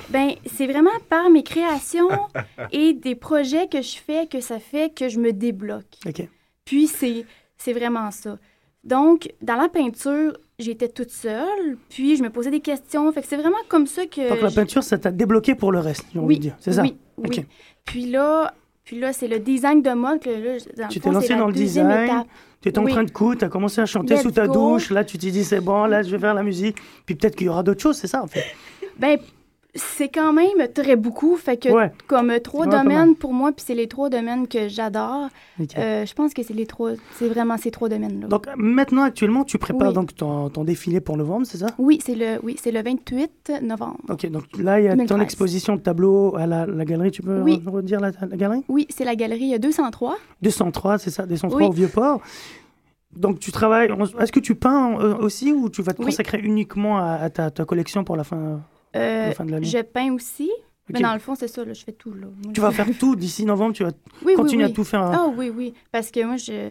[SPEAKER 10] ben, c'est vraiment par mes créations
[SPEAKER 5] Ah,
[SPEAKER 8] Ah.
[SPEAKER 10] et des projets que je fais que ça fait que je me débloque.
[SPEAKER 5] Ok.
[SPEAKER 10] Puis, c'est, c'est vraiment ça. Donc, dans la peinture, j'étais toute seule, puis je me posais des questions. Fait que c'est vraiment comme ça que.
[SPEAKER 5] Donc la
[SPEAKER 10] j'ai-
[SPEAKER 5] peinture, ça t'a débloqué pour le reste, j'ai envie de dire. C'est ça.
[SPEAKER 10] Oui, oui.
[SPEAKER 5] Ok.
[SPEAKER 10] Puis là, puis là, c'est le design de mode. que là, je- dans
[SPEAKER 5] Tu t'es
[SPEAKER 10] le fond, c'est
[SPEAKER 5] lancé
[SPEAKER 10] la
[SPEAKER 5] dans le
[SPEAKER 10] deuxième
[SPEAKER 5] design,
[SPEAKER 10] étape.
[SPEAKER 5] tu étais en
[SPEAKER 10] Oui.
[SPEAKER 5] train de coudre, tu as commencé à chanter
[SPEAKER 10] Let's
[SPEAKER 5] sous ta
[SPEAKER 10] go.
[SPEAKER 5] douche, là tu t'es dit c'est bon, là je vais faire la musique, puis peut-être qu'il y aura d'autres choses, c'est ça en fait.
[SPEAKER 10] Ben, c'est quand même très beaucoup. Fait que
[SPEAKER 5] Ouais.
[SPEAKER 10] comme euh, trois
[SPEAKER 5] Ouais, quand
[SPEAKER 10] domaines
[SPEAKER 5] même.
[SPEAKER 10] pour moi, puis c'est les trois domaines que j'adore.
[SPEAKER 5] Ok.
[SPEAKER 10] Euh, je pense que c'est les trois, c'est vraiment ces trois domaines-là.
[SPEAKER 5] Donc maintenant actuellement tu prépares
[SPEAKER 10] Oui.
[SPEAKER 5] donc ton, ton défilé pour novembre, c'est ça
[SPEAKER 10] Oui, c'est le, oui, c'est le 28 novembre.
[SPEAKER 5] Ok, donc là il y a ton
[SPEAKER 10] 2013.
[SPEAKER 5] exposition de tableau à la, la galerie, tu peux
[SPEAKER 10] Oui.
[SPEAKER 5] re- redire la, la galerie
[SPEAKER 10] Oui, c'est la galerie euh, 203.
[SPEAKER 5] 203, c'est ça, 203
[SPEAKER 10] Oui.
[SPEAKER 5] au Vieux-Port. Donc tu travailles, en- est-ce que tu peins euh, aussi ou tu vas te
[SPEAKER 10] Oui.
[SPEAKER 5] consacrer uniquement à, à ta, ta collection pour la fin,
[SPEAKER 10] Euh,
[SPEAKER 5] la fin de l'année
[SPEAKER 10] je peins aussi, mais
[SPEAKER 5] Ok.
[SPEAKER 10] dans le fond, c'est ça, là, je fais tout. Là.
[SPEAKER 5] Tu vas faire tout d'ici novembre, tu vas
[SPEAKER 10] Oui, oui,
[SPEAKER 5] continuer
[SPEAKER 10] oui.
[SPEAKER 5] à tout faire. hein.
[SPEAKER 10] Ah oui, oui, parce que moi, je,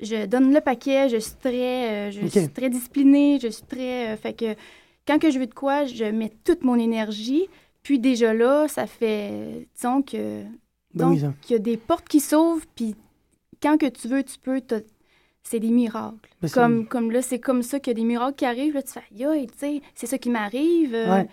[SPEAKER 10] je donne le paquet, je suis très, euh, je
[SPEAKER 5] Ok.
[SPEAKER 10] suis très disciplinée, je suis très... euh, fait que quand que je veux de quoi, je mets toute mon énergie, puis déjà là, ça fait, disons que...
[SPEAKER 5] Ben oui,
[SPEAKER 10] donc,
[SPEAKER 5] ça.
[SPEAKER 10] il y a des portes qui s'ouvrent, puis quand que tu veux, tu peux... t'as- C'est des miracles.
[SPEAKER 5] Ben, c'est-
[SPEAKER 10] comme, comme là, c'est comme ça qu'il y a des miracles qui arrivent. Là, tu fais, aïe, aïe, tu sais, c'est ça qui m'arrive. euh,
[SPEAKER 5] Ouais.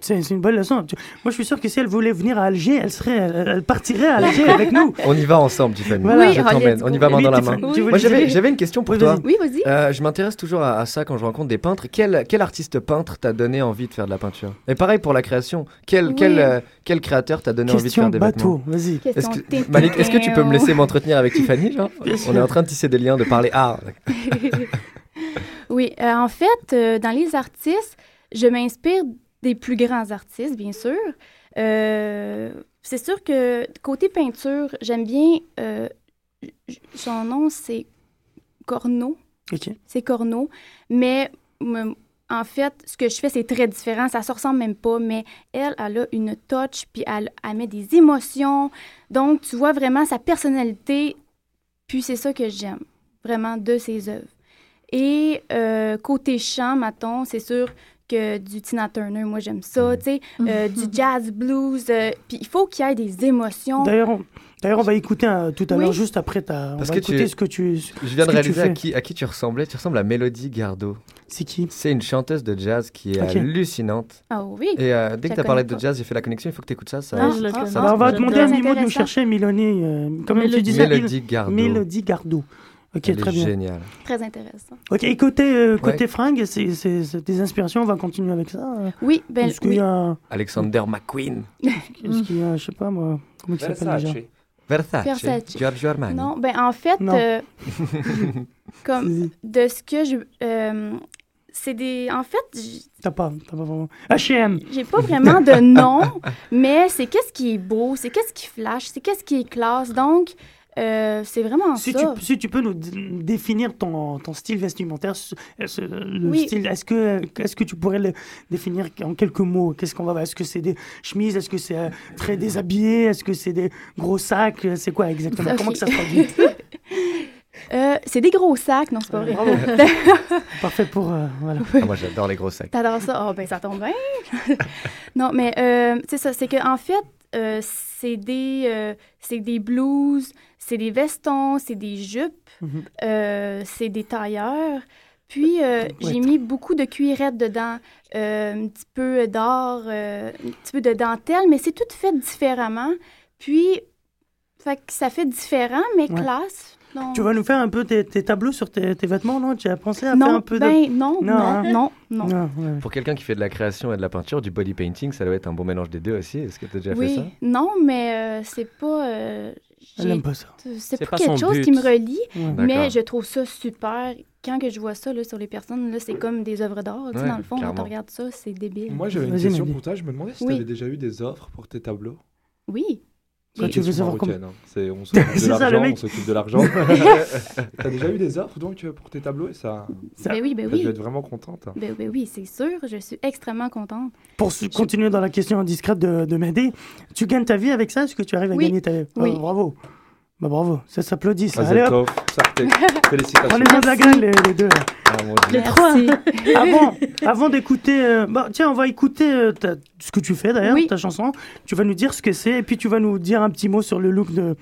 [SPEAKER 5] C'est c'est une bonne leçon. Tu- Moi, je suis sûr que si elle voulait venir à Alger, elle, serait, elle, elle partirait à Alger avec nous.
[SPEAKER 6] On y va ensemble, Tiffany.
[SPEAKER 5] Voilà. Oui,
[SPEAKER 6] je
[SPEAKER 5] allez,
[SPEAKER 6] t'emmène.
[SPEAKER 5] let's
[SPEAKER 6] On y
[SPEAKER 5] go.
[SPEAKER 6] va main
[SPEAKER 5] Oui,
[SPEAKER 6] dans la main.
[SPEAKER 5] Tiffany, tu
[SPEAKER 6] Moi,
[SPEAKER 5] voulais
[SPEAKER 6] j'avais
[SPEAKER 5] dire-
[SPEAKER 6] j'avais une question pour
[SPEAKER 5] Oui,
[SPEAKER 6] toi.
[SPEAKER 5] vas-y.
[SPEAKER 10] Oui, vas-y.
[SPEAKER 6] Euh, je m'intéresse toujours à, à ça quand je rencontre des peintres. Quel, quel artiste peintre t'a donné envie de faire de la peinture Et pareil pour la création. Quel,
[SPEAKER 10] Oui.
[SPEAKER 6] quel, euh, quel créateur t'a donné envie de
[SPEAKER 5] Question
[SPEAKER 6] faire des
[SPEAKER 5] bateau,
[SPEAKER 6] vêtements
[SPEAKER 5] vas-y.
[SPEAKER 6] Est-ce
[SPEAKER 10] Question
[SPEAKER 6] que, Malik, est-ce que tu peux me laisser m'entretenir avec Tiffany genre On est en train de tisser des liens, de parler art.
[SPEAKER 10] Oui, euh, en fait, euh, dans les artistes, je m'inspire des plus grands artistes, bien sûr. Euh, c'est sûr que côté peinture, j'aime bien. euh, j- son nom, c'est Corneau.
[SPEAKER 5] Ok.
[SPEAKER 10] C'est Corneau. Mais me- en fait, ce que je fais, c'est très différent. Ça se ressemble même pas. Mais elle, elle a une touch, puis elle, elle met des émotions. Donc, tu vois vraiment sa personnalité. Puis c'est ça que j'aime, vraiment, de ses œuvres. Et euh, côté chant, mettons, c'est sûr que du Tina Turner, moi j'aime ça, tu sais, euh, du jazz, blues, euh, puis il faut qu'il y ait des émotions.
[SPEAKER 5] D'ailleurs, on, d'ailleurs, on va écouter euh, tout à
[SPEAKER 10] Oui.
[SPEAKER 5] l'heure, juste après ta. On
[SPEAKER 6] Parce
[SPEAKER 5] va
[SPEAKER 6] bah, que tu
[SPEAKER 5] écouter
[SPEAKER 6] es-
[SPEAKER 5] ce que tu. ce
[SPEAKER 6] Je viens
[SPEAKER 5] que
[SPEAKER 6] de
[SPEAKER 5] tu
[SPEAKER 6] réaliser à
[SPEAKER 5] fais.
[SPEAKER 6] qui, à qui tu ressemblais. Tu ressembles à Mélodie Gardot.
[SPEAKER 5] C'est qui
[SPEAKER 6] C'est une chanteuse de jazz qui est
[SPEAKER 5] Ok.
[SPEAKER 6] hallucinante.
[SPEAKER 10] Ah oui.
[SPEAKER 6] Et euh, dès que
[SPEAKER 10] Je la
[SPEAKER 6] tu as parlé
[SPEAKER 10] connais
[SPEAKER 6] de
[SPEAKER 10] pas.
[SPEAKER 6] jazz, j'ai fait la connexion. Il faut que tu écoutes ça. ça
[SPEAKER 10] Ah,
[SPEAKER 7] je la connais.
[SPEAKER 6] ça
[SPEAKER 5] Alors, on va
[SPEAKER 7] J'adore.
[SPEAKER 5] demander à Mimo de nous
[SPEAKER 10] Intéressant.
[SPEAKER 5] chercher Mélanie. euh, comment tu disais Mél-
[SPEAKER 6] Mélodie Gardot.
[SPEAKER 5] Mélodie Gardot. Ok,
[SPEAKER 6] Elle
[SPEAKER 5] très
[SPEAKER 6] est
[SPEAKER 5] bien.
[SPEAKER 6] géniale.
[SPEAKER 10] Très intéressant.
[SPEAKER 5] Ok, et côté, euh,
[SPEAKER 6] Ouais.
[SPEAKER 5] côté fringues, c'est, c'est- c'est tes inspirations, on va continuer avec ça. euh.
[SPEAKER 10] Oui, ben
[SPEAKER 5] est-ce qu'il
[SPEAKER 10] oui. Mm.
[SPEAKER 5] y a.
[SPEAKER 6] Alexander McQueen.
[SPEAKER 5] Est-ce qu'il y a, je sais pas moi,
[SPEAKER 6] Ben,
[SPEAKER 5] comment il s'appelle déjà
[SPEAKER 6] Versace.
[SPEAKER 10] Versace.
[SPEAKER 6] Giorgio Armani.
[SPEAKER 10] Non, ben en fait,
[SPEAKER 5] Non.
[SPEAKER 10] euh, comme de ce que je, euh, c'est des. En fait, j-
[SPEAKER 5] T'as pas, t'as pas vraiment. HM
[SPEAKER 10] j'ai pas vraiment de nom, mais c'est qu'est-ce qui est beau, c'est qu'est-ce qui flash, c'est qu'est-ce qui est classe. Donc, euh, c'est vraiment
[SPEAKER 5] si
[SPEAKER 10] ça.
[SPEAKER 5] tu, si tu peux nous d- définir ton, ton style vestimentaire, ce- ce- le
[SPEAKER 10] Oui.
[SPEAKER 5] style, est-ce que, est que tu pourrais le définir en quelques mots Qu'est-ce qu'on va Est-ce que c'est des chemises Est-ce que c'est euh, très déshabillé Est-ce que c'est des gros sacs C'est quoi exactement Comment que
[SPEAKER 10] Ok.
[SPEAKER 5] ça se traduit
[SPEAKER 10] Euh, c'est des gros sacs, non, c'est pas vrai.
[SPEAKER 5] Bravo. Parfait pour euh, voilà.
[SPEAKER 6] Ah, moi, j'adore les gros sacs.
[SPEAKER 10] T'adores ça? Oh, ben ça tombe bien. non, mais euh, c'est ça, c'est qu'en fait, euh, c'est des, euh, c'est des blouses, c'est des vestons, c'est des jupes,
[SPEAKER 5] Mhm.
[SPEAKER 10] euh, c'est des tailleurs. Puis, euh, j'ai mis beaucoup de cuirettes dedans, euh, un petit peu d'or, euh, un petit peu de dentelle, mais c'est tout fait différemment. Puis, fait que ça fait différent, mais
[SPEAKER 5] Ouais.
[SPEAKER 10] classe. Donc-
[SPEAKER 5] Tu vas nous faire un peu tes, tes tableaux sur tes, tes vêtements, non Tu as pensé à faire
[SPEAKER 10] non,
[SPEAKER 5] un peu de.
[SPEAKER 10] ben, non,
[SPEAKER 5] Non,
[SPEAKER 10] non,
[SPEAKER 5] hein.
[SPEAKER 10] non,
[SPEAKER 5] Non,
[SPEAKER 10] non.
[SPEAKER 5] ouais, ouais.
[SPEAKER 6] Pour quelqu'un qui fait de la création et de la peinture, du body painting, ça doit être un bon mélange des deux aussi. Est-ce que tu as déjà
[SPEAKER 10] oui,
[SPEAKER 6] fait ça
[SPEAKER 10] non, mais euh, c'est pas. euh,
[SPEAKER 5] Elle
[SPEAKER 10] j'ai-
[SPEAKER 5] aime pas ça.
[SPEAKER 8] C'est
[SPEAKER 10] c'est pas
[SPEAKER 8] pas
[SPEAKER 10] quelque
[SPEAKER 8] son
[SPEAKER 10] chose
[SPEAKER 8] but.
[SPEAKER 10] qui me relie,
[SPEAKER 5] Ouais.
[SPEAKER 6] D'accord.
[SPEAKER 10] mais je trouve ça super. Quand que je vois ça là, sur les personnes, là, c'est comme des œuvres d'art. tu sais,
[SPEAKER 6] Ouais,
[SPEAKER 10] dans le fond,
[SPEAKER 6] clairement.
[SPEAKER 10] quand on regarde ça, c'est débile.
[SPEAKER 11] Moi, j'avais une
[SPEAKER 5] Vas-y,
[SPEAKER 11] question
[SPEAKER 5] Nadia.
[SPEAKER 11] pour toi. Je me demandais si
[SPEAKER 10] Oui.
[SPEAKER 11] tu avais déjà eu des offres pour tes tableaux.
[SPEAKER 10] Oui.
[SPEAKER 5] Toi,
[SPEAKER 10] J'ai-
[SPEAKER 5] tu veux
[SPEAKER 11] Question
[SPEAKER 5] savoir comment
[SPEAKER 11] marocaine, hein. C'est on s'occupe
[SPEAKER 5] C'est
[SPEAKER 11] de
[SPEAKER 5] ça, le
[SPEAKER 11] l'argent,
[SPEAKER 5] mec.
[SPEAKER 11] on s'occupe de l'argent. T'as déjà eu des offres donc euh, pour tes tableaux et ça,
[SPEAKER 5] ça-
[SPEAKER 10] Ben oui, ben
[SPEAKER 11] t'as
[SPEAKER 10] oui.
[SPEAKER 11] dû être vraiment contente.
[SPEAKER 10] Ben, ben oui, c'est sûr. Je suis extrêmement contente.
[SPEAKER 5] Pour su- continuer dans la question indiscrète de, de m'aider, tu gagnes ta vie avec ça Est-ce que tu arrives à
[SPEAKER 10] Oui.
[SPEAKER 5] gagner ta vie Ah,
[SPEAKER 10] Oui.
[SPEAKER 5] Bravo. Bah bravo, ça s'applaudit. Ça.
[SPEAKER 11] Vas-y,
[SPEAKER 5] Allez
[SPEAKER 11] Tov,
[SPEAKER 5] hop,
[SPEAKER 11] sortez. Félicitations.
[SPEAKER 5] prenez-en de la graine les, les deux. là.
[SPEAKER 6] Ah, mon Dieu.
[SPEAKER 10] Merci.
[SPEAKER 5] Avant, avant d'écouter, euh, bah, tiens, on va écouter euh, ta- ce que tu fais d'ailleurs,
[SPEAKER 10] Oui.
[SPEAKER 5] ta chanson. Tu vas nous dire ce que c'est et puis tu vas nous dire un petit mot sur le look de,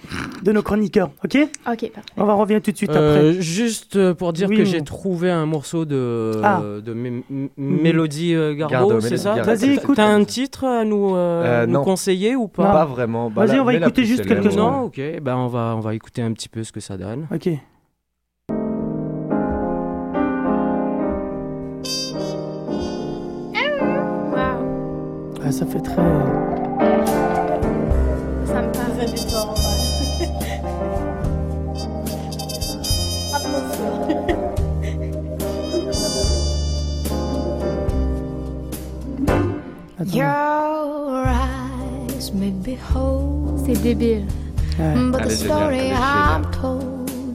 [SPEAKER 5] de nos chroniqueurs, ok
[SPEAKER 10] OK, parfait.
[SPEAKER 5] On va revenir tout de suite après.
[SPEAKER 8] Euh, juste euh, pour dire
[SPEAKER 5] Oui,
[SPEAKER 8] que
[SPEAKER 5] non.
[SPEAKER 8] j'ai trouvé un morceau de,
[SPEAKER 5] Ah. Mm-hmm.
[SPEAKER 8] de M- M- Mélodie euh, Garbo,
[SPEAKER 6] Gardeau,
[SPEAKER 8] c'est
[SPEAKER 6] Mélodie
[SPEAKER 8] ça
[SPEAKER 6] Gardeau.
[SPEAKER 5] Vas-y,
[SPEAKER 8] T'as-
[SPEAKER 5] écoute.
[SPEAKER 8] T'as un titre à nous, euh,
[SPEAKER 6] Euh,
[SPEAKER 8] nous
[SPEAKER 6] non.
[SPEAKER 8] conseiller ou pas
[SPEAKER 6] Pas vraiment. Bah,
[SPEAKER 5] Vas-y,
[SPEAKER 6] la-
[SPEAKER 5] on va
[SPEAKER 6] mais la
[SPEAKER 5] écouter
[SPEAKER 6] plus
[SPEAKER 5] juste
[SPEAKER 6] célèbre,
[SPEAKER 5] quelques
[SPEAKER 6] ouais.
[SPEAKER 8] Non, ok, ben on va, on va écouter un petit peu ce que ça donne.
[SPEAKER 5] Ok.
[SPEAKER 10] Wow.
[SPEAKER 5] Ah, ça fait très.
[SPEAKER 10] Ça me parle.
[SPEAKER 5] Attends.
[SPEAKER 10] C'est débile.
[SPEAKER 5] Ouais.
[SPEAKER 6] Elle est géniale, elle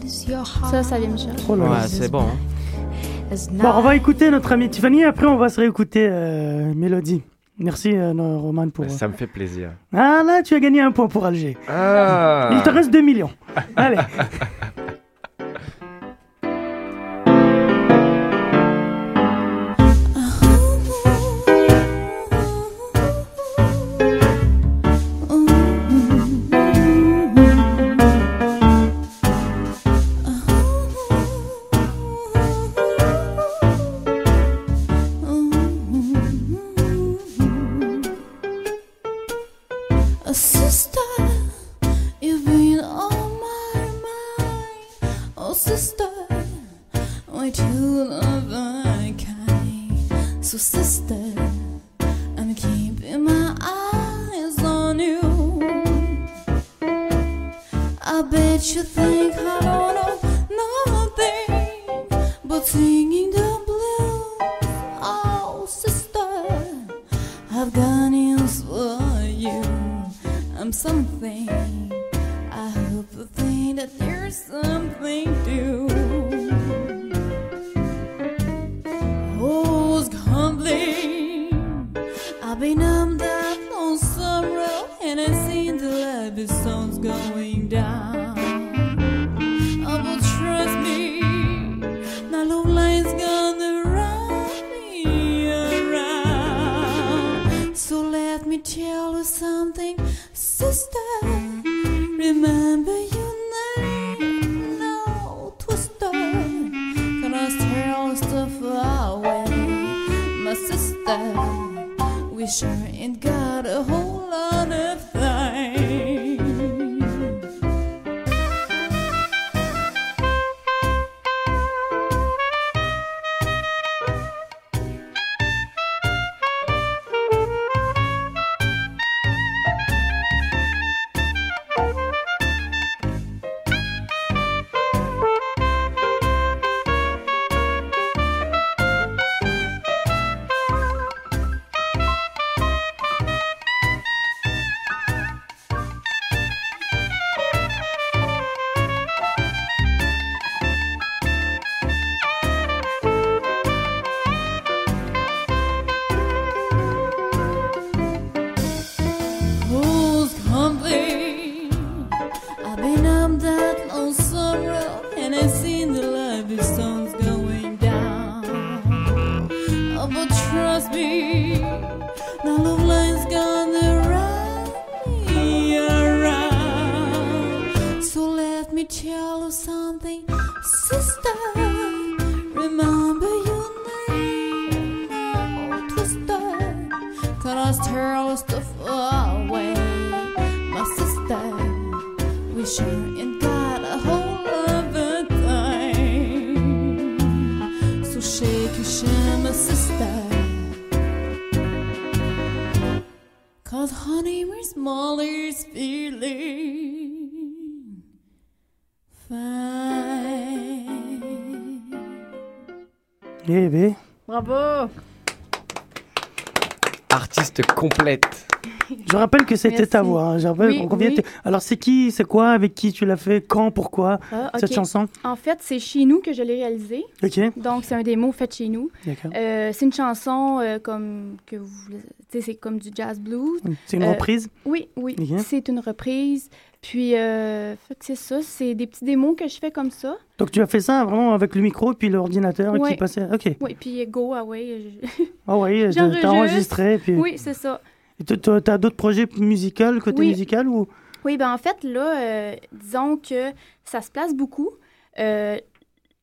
[SPEAKER 6] est géniale.
[SPEAKER 10] Ça, ça vient me chercher.
[SPEAKER 5] Oh là là.
[SPEAKER 8] Ouais, c'est bon. hein.
[SPEAKER 5] Bon, on va écouter notre amie Tiffany, après on va se réécouter euh, Mélodie. Merci euh, no- Roman pour...
[SPEAKER 6] Bah, Ça me fait plaisir.
[SPEAKER 5] Ah là, tu as gagné un point pour Alger.
[SPEAKER 6] Ah
[SPEAKER 5] Il te reste 2 millions. Allez.
[SPEAKER 9] Sister, you've been on my mind. Oh, sister, why you love I kind? So, sister, I'm keeping my eyes on you. I bet you think I don't know nothing but singing the blues. Oh, sister, I've got news for you. I'm something. I hope you think that there's something to. Who's complaining? I've been on that on sorrow, and I seen the love sun's going down. Oh, but trust me, my love light's gonna run me around. So let me tell you something, sister. Remember your name, no twister.
[SPEAKER 4] Oh, child or something. Sister, remember your name now, twister. Cause her was too far away. My sister, we sure ain't got a whole lot of time. So shake your shimmer, sister. Cause honey, we're smaller's feeling fine.
[SPEAKER 5] Eh ben,
[SPEAKER 10] Bravo!
[SPEAKER 6] Artiste complète.
[SPEAKER 5] je rappelle que c'était
[SPEAKER 10] Merci.
[SPEAKER 5] ta voix. hein. Je rappelle
[SPEAKER 10] Oui,
[SPEAKER 5] qu'on vient de
[SPEAKER 10] oui.
[SPEAKER 5] te- Alors, c'est qui, c'est quoi, avec qui tu l'as fait, quand, pourquoi,
[SPEAKER 10] Ah,
[SPEAKER 5] cette
[SPEAKER 10] ok.
[SPEAKER 5] chanson
[SPEAKER 10] En fait, c'est chez nous que je l'ai réalisé.
[SPEAKER 5] Ok,
[SPEAKER 10] Donc, c'est un démo fait chez nous.
[SPEAKER 5] d'accord.
[SPEAKER 10] Euh, c'est une chanson euh, comme que vous, tu sais, c'est comme du jazz blues.
[SPEAKER 5] C'est une
[SPEAKER 10] Euh,
[SPEAKER 5] reprise
[SPEAKER 10] Oui, oui,
[SPEAKER 5] Ok.
[SPEAKER 10] c'est une reprise. Puis, euh, fait que c'est ça, c'est des petits démos que je fais comme ça.
[SPEAKER 5] Donc, tu as fait ça vraiment avec le micro puis l'ordinateur qui
[SPEAKER 10] Ouais.
[SPEAKER 5] passait. Ah, Ok.
[SPEAKER 10] Oui, puis euh, go away. je-
[SPEAKER 5] Ah oui, t'as-
[SPEAKER 10] J'enregistre.
[SPEAKER 5] t'as enregistré. Puis...
[SPEAKER 10] Oui, c'est ça.
[SPEAKER 5] Et t'as- T'as t'as d'autres projets musicaux, côté
[SPEAKER 10] Oui.
[SPEAKER 5] musical ou
[SPEAKER 10] Oui, ben en fait, là, euh, disons que ça se place beaucoup. Euh,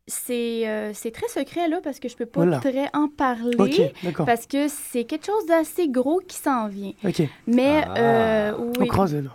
[SPEAKER 10] c'est euh, c'est très secret, là, parce que je peux pas
[SPEAKER 5] Voilà.
[SPEAKER 10] très en parler.
[SPEAKER 5] Ok, d'accord.
[SPEAKER 10] Parce que c'est quelque chose d'assez gros qui s'en vient.
[SPEAKER 5] Ok. Ah,
[SPEAKER 10] Mais, euh,
[SPEAKER 5] On
[SPEAKER 10] oui.
[SPEAKER 5] croise là.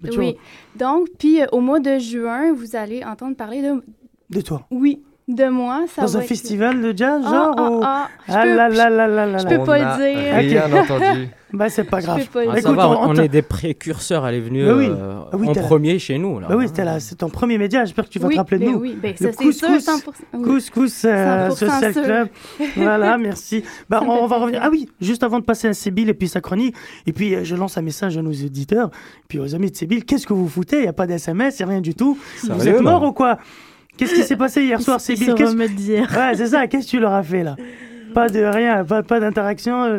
[SPEAKER 5] De toi.
[SPEAKER 10] Oui. Donc, puis euh, au mois de juin, vous allez entendre parler de...
[SPEAKER 5] De toi.
[SPEAKER 10] Oui, de moi. Ça
[SPEAKER 5] Dans
[SPEAKER 10] va
[SPEAKER 5] un
[SPEAKER 10] être-
[SPEAKER 5] festival de jazz,
[SPEAKER 10] Ah,
[SPEAKER 5] genre
[SPEAKER 10] ah,
[SPEAKER 5] ou-
[SPEAKER 10] ah, je peux-
[SPEAKER 5] là là là là là
[SPEAKER 10] je
[SPEAKER 5] là.
[SPEAKER 10] peux
[SPEAKER 5] Ok.
[SPEAKER 10] pas le dire.
[SPEAKER 6] Rien entendu.
[SPEAKER 5] Bah, c'est pas
[SPEAKER 10] Je
[SPEAKER 5] grave.
[SPEAKER 10] peux pas le
[SPEAKER 8] Ah,
[SPEAKER 10] dire.
[SPEAKER 8] ça
[SPEAKER 5] Écoute,
[SPEAKER 8] va,
[SPEAKER 5] on-
[SPEAKER 8] on,
[SPEAKER 5] on
[SPEAKER 8] est des précurseurs. Elle est venue
[SPEAKER 5] Ben oui.
[SPEAKER 8] euh,
[SPEAKER 5] Ah oui,
[SPEAKER 8] en
[SPEAKER 5] t'as-
[SPEAKER 8] premier chez nous. Là.
[SPEAKER 5] Bah oui, c'était la- c'est ton premier média, j'espère que tu vas
[SPEAKER 10] oui,
[SPEAKER 5] te rappeler de
[SPEAKER 10] ben
[SPEAKER 5] nous.
[SPEAKER 10] Oui, ben,
[SPEAKER 5] Le
[SPEAKER 10] ça, c'est sûr,
[SPEAKER 5] couscous.
[SPEAKER 10] 100%. oui.
[SPEAKER 5] Couscous euh,
[SPEAKER 10] 100%
[SPEAKER 5] Social
[SPEAKER 10] sûr.
[SPEAKER 5] Club. voilà, merci. Bah,
[SPEAKER 10] Ça me
[SPEAKER 5] on
[SPEAKER 10] fait
[SPEAKER 5] va revenir.
[SPEAKER 10] plaisir.
[SPEAKER 5] Ah oui, juste avant de passer à Sébille et puis sa chronique, et puis euh, je lance un message à nos auditeurs, puis aux amis de Sébille, qu'est-ce que vous foutez Il n'y a pas d'SMS, il n'y a rien du tout. vous
[SPEAKER 7] Sérieux,
[SPEAKER 5] êtes
[SPEAKER 7] là
[SPEAKER 5] morts ou quoi Qu'est-ce qui s'est passé hier soir,
[SPEAKER 1] Ils
[SPEAKER 5] Sébille
[SPEAKER 1] se
[SPEAKER 5] Qu'est-ce-
[SPEAKER 1] remettent d'hier.
[SPEAKER 5] Ouais, c'est ça, qu'est-ce que tu leur as fait là Pas de rien, pas, pas d'interaction. euh,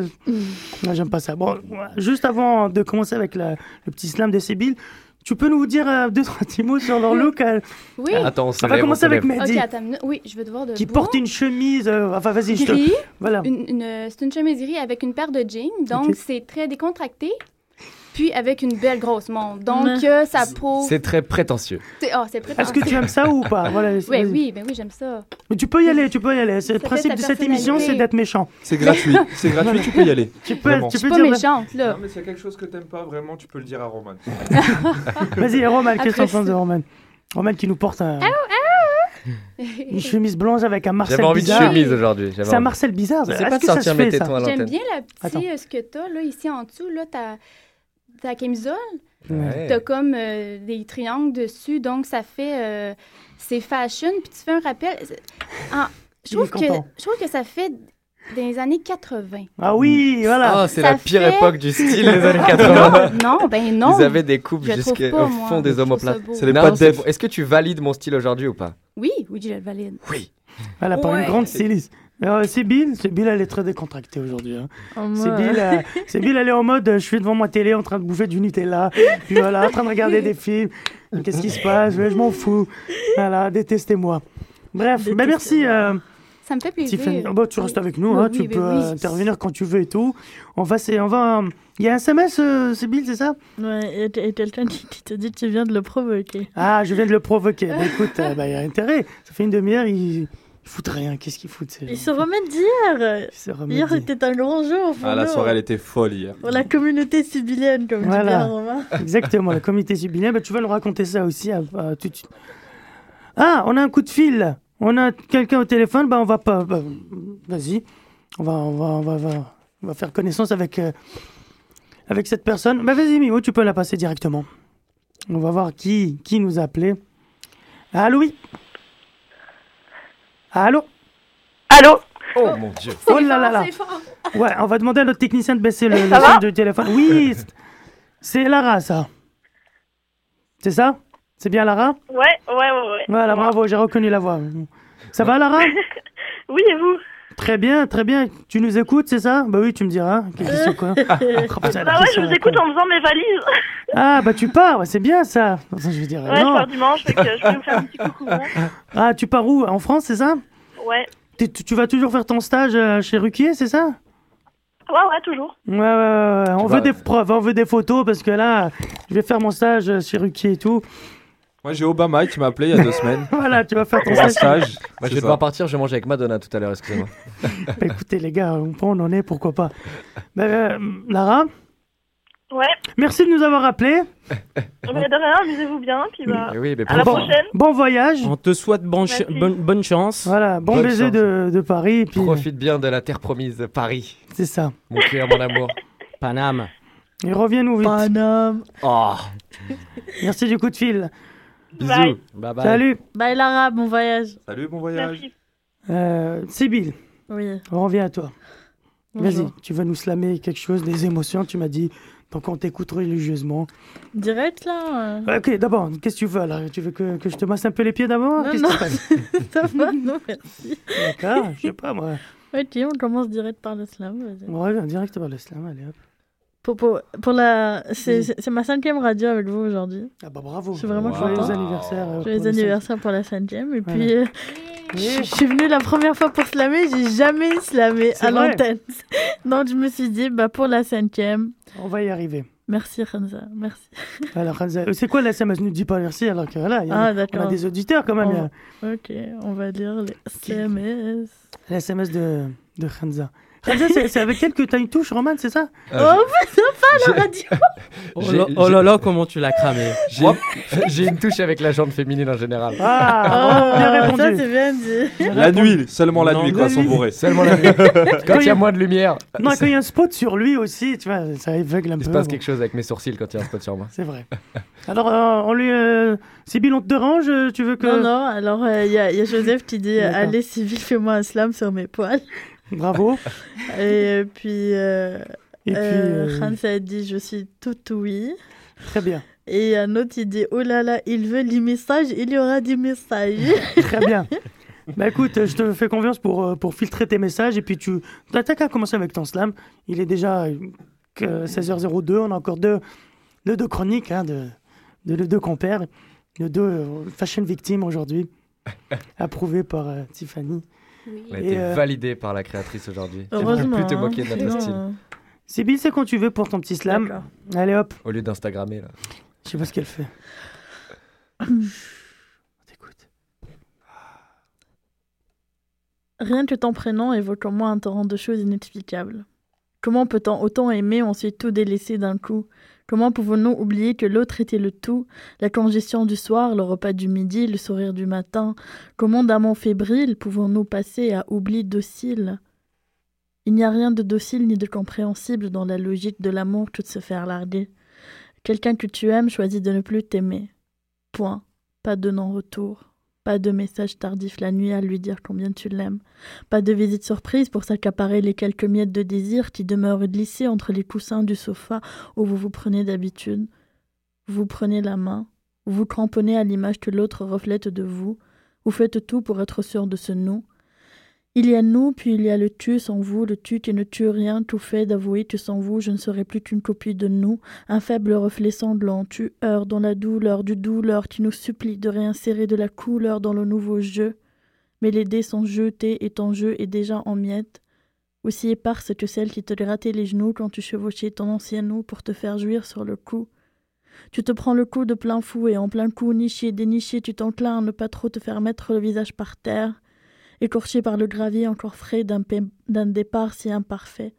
[SPEAKER 5] Non, j'aime pas ça. Bon, juste avant de commencer avec la- le petit slam de Sébille, tu peux nous dire euh, deux, trois petits mots sur leur look à-
[SPEAKER 10] Oui.
[SPEAKER 7] Ah,
[SPEAKER 6] Attends, on se
[SPEAKER 5] On va
[SPEAKER 6] lève,
[SPEAKER 5] commencer
[SPEAKER 6] se
[SPEAKER 5] avec
[SPEAKER 6] lève.
[SPEAKER 10] Ok,
[SPEAKER 5] Mehdi,
[SPEAKER 10] attends une minute. Oui, je veux devoir de
[SPEAKER 5] qui porte une chemise. euh, enfin, vas-y, je te-
[SPEAKER 10] gris.
[SPEAKER 5] Voilà.
[SPEAKER 10] Une- une- c'est une chemise grise avec une paire de jeans, donc
[SPEAKER 5] Ok.
[SPEAKER 10] c'est très décontracté, puis avec une belle grosse montre. Donc
[SPEAKER 1] Mm.
[SPEAKER 10] euh, sa peau,
[SPEAKER 6] C'est très prétentieux.
[SPEAKER 10] c'est ah, c'est préparé.
[SPEAKER 5] Est-ce que tu aimes ça ou pas voilà,
[SPEAKER 10] Ouais,
[SPEAKER 5] vas-y.
[SPEAKER 10] oui, ben oui, j'aime ça.
[SPEAKER 5] Mais tu peux y aller, tu peux y aller. C'est le
[SPEAKER 10] Ça
[SPEAKER 5] principe
[SPEAKER 10] fait
[SPEAKER 5] de
[SPEAKER 10] ta
[SPEAKER 5] cette émission, c'est
[SPEAKER 10] personnalité.
[SPEAKER 5] d'être méchant.
[SPEAKER 7] C'est gratuit. C'est gratuit, tu peux y aller.
[SPEAKER 5] Tu peux,
[SPEAKER 7] Vraiment.
[SPEAKER 5] tu
[SPEAKER 10] Je
[SPEAKER 5] peux
[SPEAKER 10] suis pas
[SPEAKER 5] dire.
[SPEAKER 10] méchante là.
[SPEAKER 7] Non, mais s'il y a quelque chose que t'aimes pas, vraiment, tu peux le dire à Roman.
[SPEAKER 5] Vas-y, Roman, qu'est-ce que t'en
[SPEAKER 10] Après Ah
[SPEAKER 5] penses de
[SPEAKER 10] ça.
[SPEAKER 5] Roman Roman qui nous porte un-
[SPEAKER 10] ah
[SPEAKER 5] une chemise blanche avec un Marcel
[SPEAKER 6] J'avais envie de
[SPEAKER 5] bizarre.
[SPEAKER 6] chemise aujourd'hui. j'avais
[SPEAKER 5] Ah, C'est un
[SPEAKER 6] envie.
[SPEAKER 5] Marcel bizarre.
[SPEAKER 6] Je sais
[SPEAKER 5] Est-ce
[SPEAKER 6] pas de
[SPEAKER 5] que ça se
[SPEAKER 6] sortir mes
[SPEAKER 5] fait, ça
[SPEAKER 6] tétons à
[SPEAKER 10] J'aime
[SPEAKER 6] l'antenne.
[SPEAKER 10] bien la
[SPEAKER 5] Attends.
[SPEAKER 10] petite euh, ce que t'as là ici en dessous là ta ta camisole,
[SPEAKER 6] Ouais.
[SPEAKER 10] t'as comme euh, des triangles dessus, donc ça fait euh, c'est fashion puis tu fais un rappel. Ah, je
[SPEAKER 5] Il est
[SPEAKER 10] trouve que
[SPEAKER 5] content.
[SPEAKER 10] je trouve que ça fait des années 80.
[SPEAKER 5] Ah oui, voilà.
[SPEAKER 6] Ah, c'est
[SPEAKER 10] Ça
[SPEAKER 6] la pire
[SPEAKER 10] fait-
[SPEAKER 6] époque du style, les années 80.
[SPEAKER 10] non, non, ben non.
[SPEAKER 6] Ils avaient des coupes
[SPEAKER 10] je trouve pas,
[SPEAKER 6] jusqu'au
[SPEAKER 10] moi.
[SPEAKER 6] fond
[SPEAKER 10] Je
[SPEAKER 6] des
[SPEAKER 10] trouve ça
[SPEAKER 6] omoplates.
[SPEAKER 10] beau.
[SPEAKER 7] C'est les pattes
[SPEAKER 6] c'est
[SPEAKER 7] d'Eve.
[SPEAKER 6] bon. Est-ce que tu valides mon style aujourd'hui ou pas
[SPEAKER 10] Oui, oui, je le valide.
[SPEAKER 5] Voilà, par une
[SPEAKER 10] Ouais.
[SPEAKER 5] grande styliste. Alors, Sybille, Sybille, elle est très décontractée aujourd'hui. hein. Sybille,
[SPEAKER 10] Oh,
[SPEAKER 5] euh, Sybille, elle est en mode euh, je suis devant ma télé en train de bouffer du Nutella, puis voilà, en train de regarder des films. Qu'est-ce qui se passe Je je m'en fous. Voilà, détestez-moi. Bref, bah merci euh,
[SPEAKER 10] Ça me fait plaisir.
[SPEAKER 5] Tiffany. Ah bah, tu restes avec nous,
[SPEAKER 10] Bah
[SPEAKER 5] hein,
[SPEAKER 10] oui,
[SPEAKER 5] tu
[SPEAKER 10] bah
[SPEAKER 5] peux
[SPEAKER 10] oui.
[SPEAKER 5] euh, intervenir quand tu veux et tout. On va, c'est- on va. euh, Il y a un SMS, euh, Sybille, c'est ça
[SPEAKER 1] Ouais, et- et quelqu'un qui qui te dit que tu viens de le provoquer.
[SPEAKER 5] Ah, je viens de le provoquer. Bah, écoute, euh, bah, il y a intérêt. Ça fait une demi-heure, il, il fout rien. Qu'est-ce qu'il fout de ces gens
[SPEAKER 1] Ils se remettent d'hier.
[SPEAKER 5] Il se
[SPEAKER 1] Hier,
[SPEAKER 5] remet.
[SPEAKER 1] c'était un grand jour pour
[SPEAKER 7] Ah, la
[SPEAKER 1] nous.
[SPEAKER 7] soirée, elle était folle hier.
[SPEAKER 1] Pour la communauté sibylienne, comme
[SPEAKER 5] Voilà.
[SPEAKER 1] dit bien Romain.
[SPEAKER 5] Exactement, le comité jubilaire. Bah, tu vas le raconter ça aussi à- à tout de suite. Ah, on a un coup de fil. On a quelqu'un au téléphone. Bah, on va pas. bah, Vas-y. On va, on, va, on, va, on va- on va faire connaissance avec, euh, avec cette personne. Bah, Vas-y, Mimo, tu peux la passer directement. On va voir qui, qui nous a appelé. Allô, oui. Allô Allô
[SPEAKER 6] Oh, mon dieu.
[SPEAKER 5] Oh là là là Ouais, on va demander à notre technicien de baisser le, le son du téléphone. Oui, c'est- c'est Lara, ça. C'est ça C'est bien Lara
[SPEAKER 9] Ouais, ouais, ouais, ouais.
[SPEAKER 5] Voilà, bravo, j'ai reconnu la voix. Ça va, Lara
[SPEAKER 9] Oui, et vous
[SPEAKER 5] Très bien, très bien. Tu nous écoutes, c'est ça Bah oui, tu me diras. Quelle question, quoi
[SPEAKER 9] Euh.
[SPEAKER 5] Oh, putain, la
[SPEAKER 9] Bah ouais, je
[SPEAKER 5] question,
[SPEAKER 9] vous
[SPEAKER 5] la
[SPEAKER 9] écoute
[SPEAKER 5] con.
[SPEAKER 9] en faisant mes valises.
[SPEAKER 5] Ah, bah tu pars, ouais, c'est bien ça. Non, ça, Je veux dire,
[SPEAKER 9] Ouais, je
[SPEAKER 5] non.
[SPEAKER 9] pars dimanche, fait que je vais vous faire un petit coucou. hein.
[SPEAKER 5] Ah, tu pars où En France, c'est ça
[SPEAKER 9] Ouais,
[SPEAKER 5] T'es- tu, tu vas toujours faire ton stage euh, chez Ruquier, c'est ça
[SPEAKER 9] ouais, ouais, toujours.
[SPEAKER 5] Ouais, ouais, ouais, ouais. On
[SPEAKER 6] Tu
[SPEAKER 5] veut
[SPEAKER 6] vas-
[SPEAKER 5] des preuves, on veut des photos parce que là, je vais faire mon stage euh, chez Ruquier et tout.
[SPEAKER 7] Moi, j'ai Obama qui m'a appelé il y a deux semaines.
[SPEAKER 5] Voilà, tu vas faire ton
[SPEAKER 7] Pour un
[SPEAKER 5] stage.
[SPEAKER 6] Moi, je
[SPEAKER 7] stage. C'est
[SPEAKER 6] vais
[SPEAKER 7] ça.
[SPEAKER 6] devoir partir, je vais manger avec Madonna tout à l'heure, excusez-moi.
[SPEAKER 5] Bah, écoutez, les gars, on peut, on en est, pourquoi pas. Bah, euh, Lara
[SPEAKER 9] Ouais.
[SPEAKER 5] Merci de nous avoir appelés.
[SPEAKER 9] Mais de rien, amusez-vous bien, puis bah,
[SPEAKER 7] Eh
[SPEAKER 8] Eh
[SPEAKER 9] à la
[SPEAKER 5] bon,
[SPEAKER 9] prochaine.
[SPEAKER 5] Bon voyage.
[SPEAKER 8] On te souhaite bon ch-
[SPEAKER 9] Merci.
[SPEAKER 8] bonne, bonne chance.
[SPEAKER 5] Voilà, bon
[SPEAKER 6] Bonne
[SPEAKER 5] baiser
[SPEAKER 6] chance.
[SPEAKER 5] de, de Paris. et Puis,
[SPEAKER 6] Profite bien de la terre promise, Paris.
[SPEAKER 5] C'est ça.
[SPEAKER 6] Mon cœur, mon amour.
[SPEAKER 8] Paname.
[SPEAKER 5] Et reviens-nous vite.
[SPEAKER 6] Oh.
[SPEAKER 5] Merci du coup de fil.
[SPEAKER 1] Bye.
[SPEAKER 8] Bye
[SPEAKER 5] Salut.
[SPEAKER 1] Bye Lara, bon voyage.
[SPEAKER 7] Salut, bon
[SPEAKER 5] Euh, Sybille,
[SPEAKER 1] Oui.
[SPEAKER 5] on revient à toi.
[SPEAKER 1] Bonjour.
[SPEAKER 5] Vas-y, tu vas nous slammer quelque chose, des émotions, tu m'as dit. Donc on t'écoute religieusement.
[SPEAKER 1] Direct là euh,
[SPEAKER 5] Ok, d'abord, qu'est-ce que tu veux là Tu veux que, que je te masse un peu les pieds d'abord
[SPEAKER 1] Non,
[SPEAKER 5] Qu'est-ce
[SPEAKER 1] non.
[SPEAKER 5] qui se passe
[SPEAKER 1] Ça va, non merci.
[SPEAKER 5] D'accord, je sais pas moi.
[SPEAKER 1] Ok, on commence direct par le slam. vas-y.
[SPEAKER 5] On revient direct par le slam, allez hop.
[SPEAKER 1] Pour, pour, pour la... C'est
[SPEAKER 5] Oui.
[SPEAKER 1] c'est- c'est ma cinquième radio avec vous aujourd'hui.
[SPEAKER 5] Ah bah bravo.
[SPEAKER 1] Je suis vraiment
[SPEAKER 5] Joyeux
[SPEAKER 1] contente.
[SPEAKER 5] anniversaire. euh,
[SPEAKER 1] Joyeux
[SPEAKER 5] pour les
[SPEAKER 1] anniversaire pour la cinquième. Et
[SPEAKER 5] Voilà.
[SPEAKER 1] puis, euh, je je suis venue la première fois pour slammer, j'ai jamais slamé
[SPEAKER 5] C'est
[SPEAKER 1] à
[SPEAKER 5] vrai.
[SPEAKER 1] l'antenne. Donc, je me suis dit, bah, pour la cinquième.
[SPEAKER 5] cinq. On va y arriver.
[SPEAKER 1] Merci, Hanza, merci.
[SPEAKER 5] Alors, Hanza, c'est quoi la SMS Ne dis pas merci alors que là, il y en a-
[SPEAKER 1] Ah,
[SPEAKER 5] on a
[SPEAKER 1] d'accord. Oh.
[SPEAKER 5] des auditeurs quand même. euh, il y a-
[SPEAKER 1] On- Ok, on va lire les SMS.
[SPEAKER 5] La SMS de, de Hanza. Hanza, c'est c'est avec elle que t'as une touche, Roman, c'est ça
[SPEAKER 1] Oh, mais ça va, la radio
[SPEAKER 8] Oh,
[SPEAKER 6] J'ai-
[SPEAKER 8] là- oh là là, comment tu l'as cramé.
[SPEAKER 6] J'ai- J'ai une touche avec la jambe féminine en général.
[SPEAKER 5] Ah,
[SPEAKER 1] Oh,
[SPEAKER 5] bien
[SPEAKER 1] Ça,
[SPEAKER 5] répondu.
[SPEAKER 1] c'est bien dit.
[SPEAKER 7] La nuit, seulement la
[SPEAKER 6] Non,
[SPEAKER 7] nuit,
[SPEAKER 6] la
[SPEAKER 7] quoi, sans
[SPEAKER 6] nuit.
[SPEAKER 7] bourrer.
[SPEAKER 6] Seulement la nuit. Quand il y a moins de lumière,
[SPEAKER 5] Non, quand il y a un spot sur lui aussi, tu vois, ça aveugle un
[SPEAKER 6] il
[SPEAKER 5] peu.
[SPEAKER 6] se passe
[SPEAKER 5] bon,
[SPEAKER 6] quelque chose avec mes sourcils quand il y a un spot sur moi.
[SPEAKER 5] C'est vrai. Alors, euh, on lui. Euh, Sybille, on te dérange euh, Tu veux que.
[SPEAKER 1] Non, non, alors euh, il y, a- y a Joseph qui dit
[SPEAKER 5] D'accord.
[SPEAKER 1] Allez, civil, fais-moi un slam sur mes poils.
[SPEAKER 5] Bravo.
[SPEAKER 1] Et puis, euh,
[SPEAKER 5] Et puis, euh,
[SPEAKER 1] Hans a dit Je suis tout oui.
[SPEAKER 5] Très bien.
[SPEAKER 1] Et un autre, il dit Oh là là, il veut les messages, il y aura des messages.
[SPEAKER 5] Très bien. Bah écoute, euh, je te fais confiance pour, euh, pour filtrer tes messages et puis tu. T'as t'as qu'à commencer avec ton slam. Il est déjà euh, que 16h02, on a encore deux, deux, deux chroniques, hein, de, de, de deux compères, de deux euh, fashion victimes aujourd'hui, approuvées par euh, Tiffany.
[SPEAKER 6] On a
[SPEAKER 5] Et,
[SPEAKER 6] été
[SPEAKER 5] euh,
[SPEAKER 6] validé par la créatrice aujourd'hui. Tu ne peux
[SPEAKER 1] Heureusement.
[SPEAKER 6] plus te
[SPEAKER 1] hein,
[SPEAKER 6] moquer de notre
[SPEAKER 1] sinon,
[SPEAKER 6] style.
[SPEAKER 1] euh,
[SPEAKER 5] Sybille, c'est quand tu veux pour ton petit slam.
[SPEAKER 1] d'accord.
[SPEAKER 5] Allez hop,
[SPEAKER 6] Au lieu d'Instagrammer, là.
[SPEAKER 5] je sais pas ce qu'elle fait.
[SPEAKER 1] Rien que ton prénom évoque en moi un torrent de choses inexplicables. Comment peut-on autant aimer ensuite tout délaisser d'un coup Comment pouvons-nous oublier que l'autre était le tout La congestion du soir, le repas du midi, le sourire du matin Comment d'amant fébrile pouvons-nous passer à oubli docile Il n'y a rien de docile ni de compréhensible dans la logique de l'amour que de se faire larguer. Quelqu'un que tu aimes choisit de ne plus t'aimer. Point. Pas de non-retour. Pas de message tardif la nuit à lui dire combien tu l'aimes. Pas de visite surprise pour s'accaparer les quelques miettes de désir qui demeurent glissées entre les coussins du sofa où vous vous prenez d'habitude. Vous prenez la main, vous vous cramponnez à l'image que l'autre reflète de vous, vous faites tout pour être sûr de ce nous. Il y a nous, puis il y a le tu sans vous, le tu qui ne tue rien, tout fait d'avouer que sans vous je ne serai plus qu'une copie de nous, un faible reflet sanglant, tu heurts dans la douleur du douleur qui nous supplie de réinsérer de la couleur dans le nouveau jeu. Mais les dés sont jetés et ton jeu est déjà en miettes, aussi éparse que celle qui te grattait les genoux quand tu chevauchais ton ancien nous pour te faire jouir sur le coup. Tu te prends le coup de plein fouet, en plein coup niché, déniché, tu t'enclins à ne pas trop te faire mettre le visage par terre, écorché par le gravier encore frais d'un pe- d'un départ si imparfait.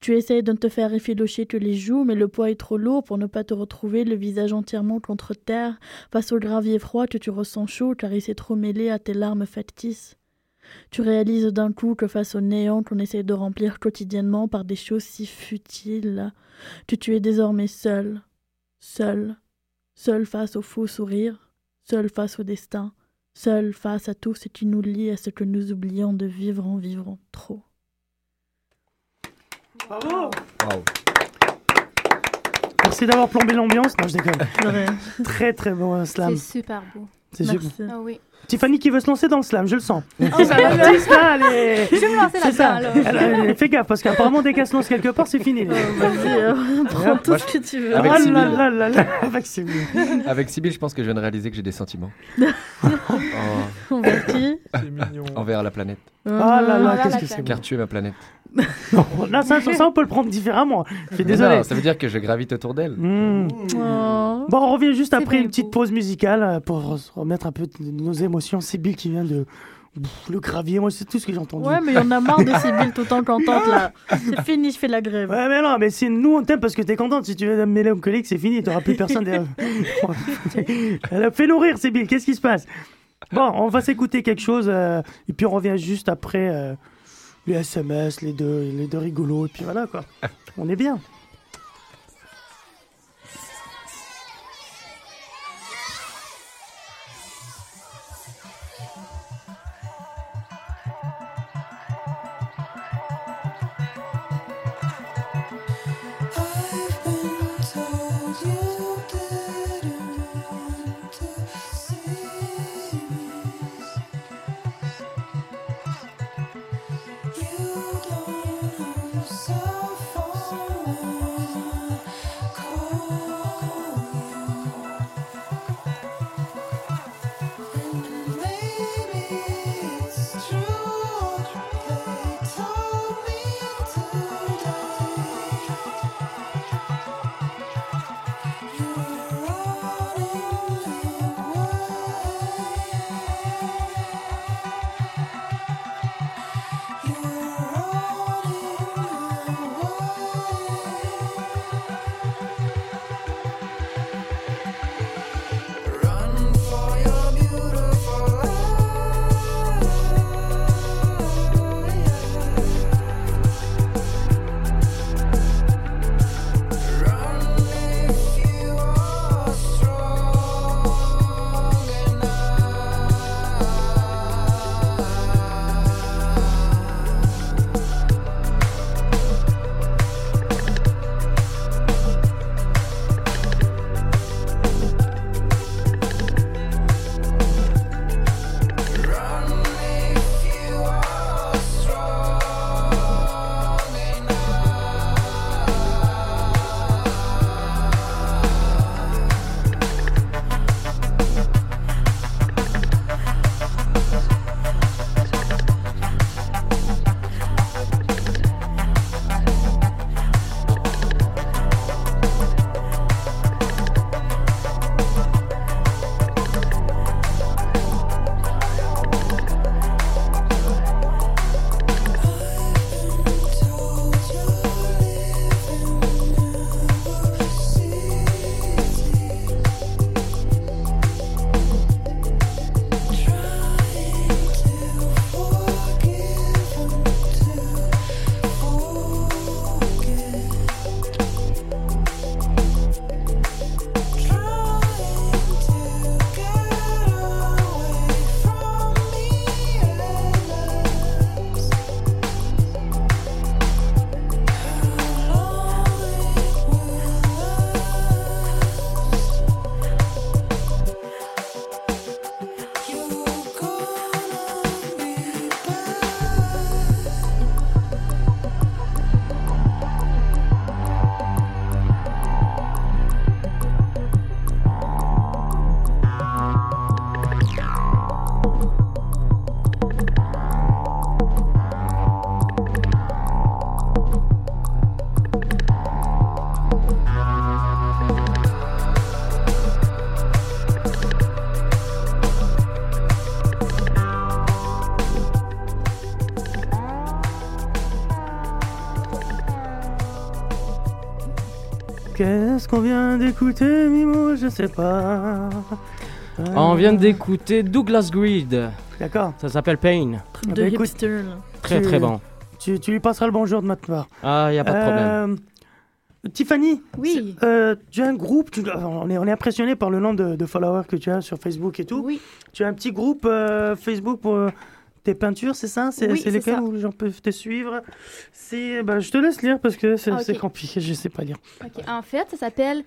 [SPEAKER 1] Tu essayes de ne te faire effilocher que les joues, mais le poids est trop lourd pour ne pas te retrouver le visage entièrement contre terre, face au gravier froid que tu ressens chaud car il s'est trop mêlé à tes larmes factices. Tu réalises d'un coup que face au néant qu'on essaie de remplir quotidiennement par des choses si futiles, que tu es désormais seul, seul, seul face au faux sourire, seul face au destin, seul face à tout ce qui nous lie à ce que nous oublions de vivre en vivant trop.
[SPEAKER 5] Bravo
[SPEAKER 6] Waouh.
[SPEAKER 5] Merci d'avoir plombé l'ambiance. Non, je déconne.
[SPEAKER 1] De rien.
[SPEAKER 5] Très très bon euh, slam.
[SPEAKER 4] C'est super beau.
[SPEAKER 5] C'est super.
[SPEAKER 1] Merci.
[SPEAKER 4] Ah oui.
[SPEAKER 5] Tiffany qui veut se lancer dans le slam, je le sens.
[SPEAKER 4] Oh, bah, bah.
[SPEAKER 5] L'artiste, là, elle est-
[SPEAKER 4] Je vais me lancer
[SPEAKER 5] C'est
[SPEAKER 4] là-dedans,
[SPEAKER 5] ça.
[SPEAKER 4] alors. Oh,
[SPEAKER 5] Elle- elle- Fais gaffe, parce qu'apparemment, dès qu'elle se lance quelque part, c'est fini.
[SPEAKER 4] bah,
[SPEAKER 1] Vas-y, euh, prends tout ce que tu veux.
[SPEAKER 6] Avec
[SPEAKER 5] Ah
[SPEAKER 6] Sybille.
[SPEAKER 5] là là là là, avec Sybille.
[SPEAKER 6] Avec Sybille, je pense que je viens de réaliser que j'ai des sentiments. Oh,
[SPEAKER 1] On va qui
[SPEAKER 7] C'est mignon.
[SPEAKER 6] envers la planète.
[SPEAKER 5] Ah là là,
[SPEAKER 4] Ah là
[SPEAKER 5] qu'est-ce
[SPEAKER 4] là,
[SPEAKER 5] que c'est
[SPEAKER 6] Car
[SPEAKER 5] bon.
[SPEAKER 6] tu es ma planète.
[SPEAKER 5] Là, ça, ça, on peut le prendre différemment. Je suis désolé.
[SPEAKER 6] Non, ça veut dire que je gravite autour d'elle.
[SPEAKER 5] Mm.
[SPEAKER 1] Oh.
[SPEAKER 5] Bon, on revient juste après une petite pause musicale euh, pour se remettre un peu de nos émotions. C'est Bill qui vient de Pff, le gravier, moi c'est tout ce que j'ai entendu.
[SPEAKER 1] Ouais, mais il y en a marre de ces billes tout le temps contentes là. C'est fini, je fais la grève.
[SPEAKER 5] Ouais, mais non, mais c'est nous on t'aime parce que t'es contente. Si tu veux mêler au collègue, c'est fini, t'auras plus personne derrière. Elle a fait nourrir ces billes, qu'est-ce qui se passe Bon, on va s'écouter quelque chose euh, et puis on revient juste après euh, les SMS, les deux, les deux rigolos, et puis voilà quoi. On est bien. Qu'est-ce qu'on vient d'écouter, Mimo Je sais pas. Euh,
[SPEAKER 8] Ah, On vient d'écouter Douglas Greed.
[SPEAKER 5] D'accord.
[SPEAKER 8] Ça s'appelle Pain.
[SPEAKER 5] Ah
[SPEAKER 1] de
[SPEAKER 5] bah écoute,
[SPEAKER 1] hipster, là.
[SPEAKER 8] Très,
[SPEAKER 5] tu-
[SPEAKER 8] très bon.
[SPEAKER 5] Tu, tu lui passeras le bonjour de ma part.
[SPEAKER 8] Ah, il a pas de problème.
[SPEAKER 5] Euh, Tiffany,
[SPEAKER 10] Oui.
[SPEAKER 5] c'est- euh, tu as un groupe, tu- on est, on est impressionné par le nombre de, de followers que tu as sur Facebook et tout.
[SPEAKER 10] Oui.
[SPEAKER 5] Tu as un petit groupe euh, Facebook pour euh, tes peintures, c'est ça C'est
[SPEAKER 10] Oui,
[SPEAKER 5] c'est
[SPEAKER 10] c'est
[SPEAKER 5] lesquels
[SPEAKER 10] ça.
[SPEAKER 5] où les gens peuvent te suivre C'est, bah, Je te laisse lire parce que c'est
[SPEAKER 10] Ah, ok.
[SPEAKER 5] c'est compliqué, je sais pas lire.
[SPEAKER 10] Ok, En fait, ça s'appelle.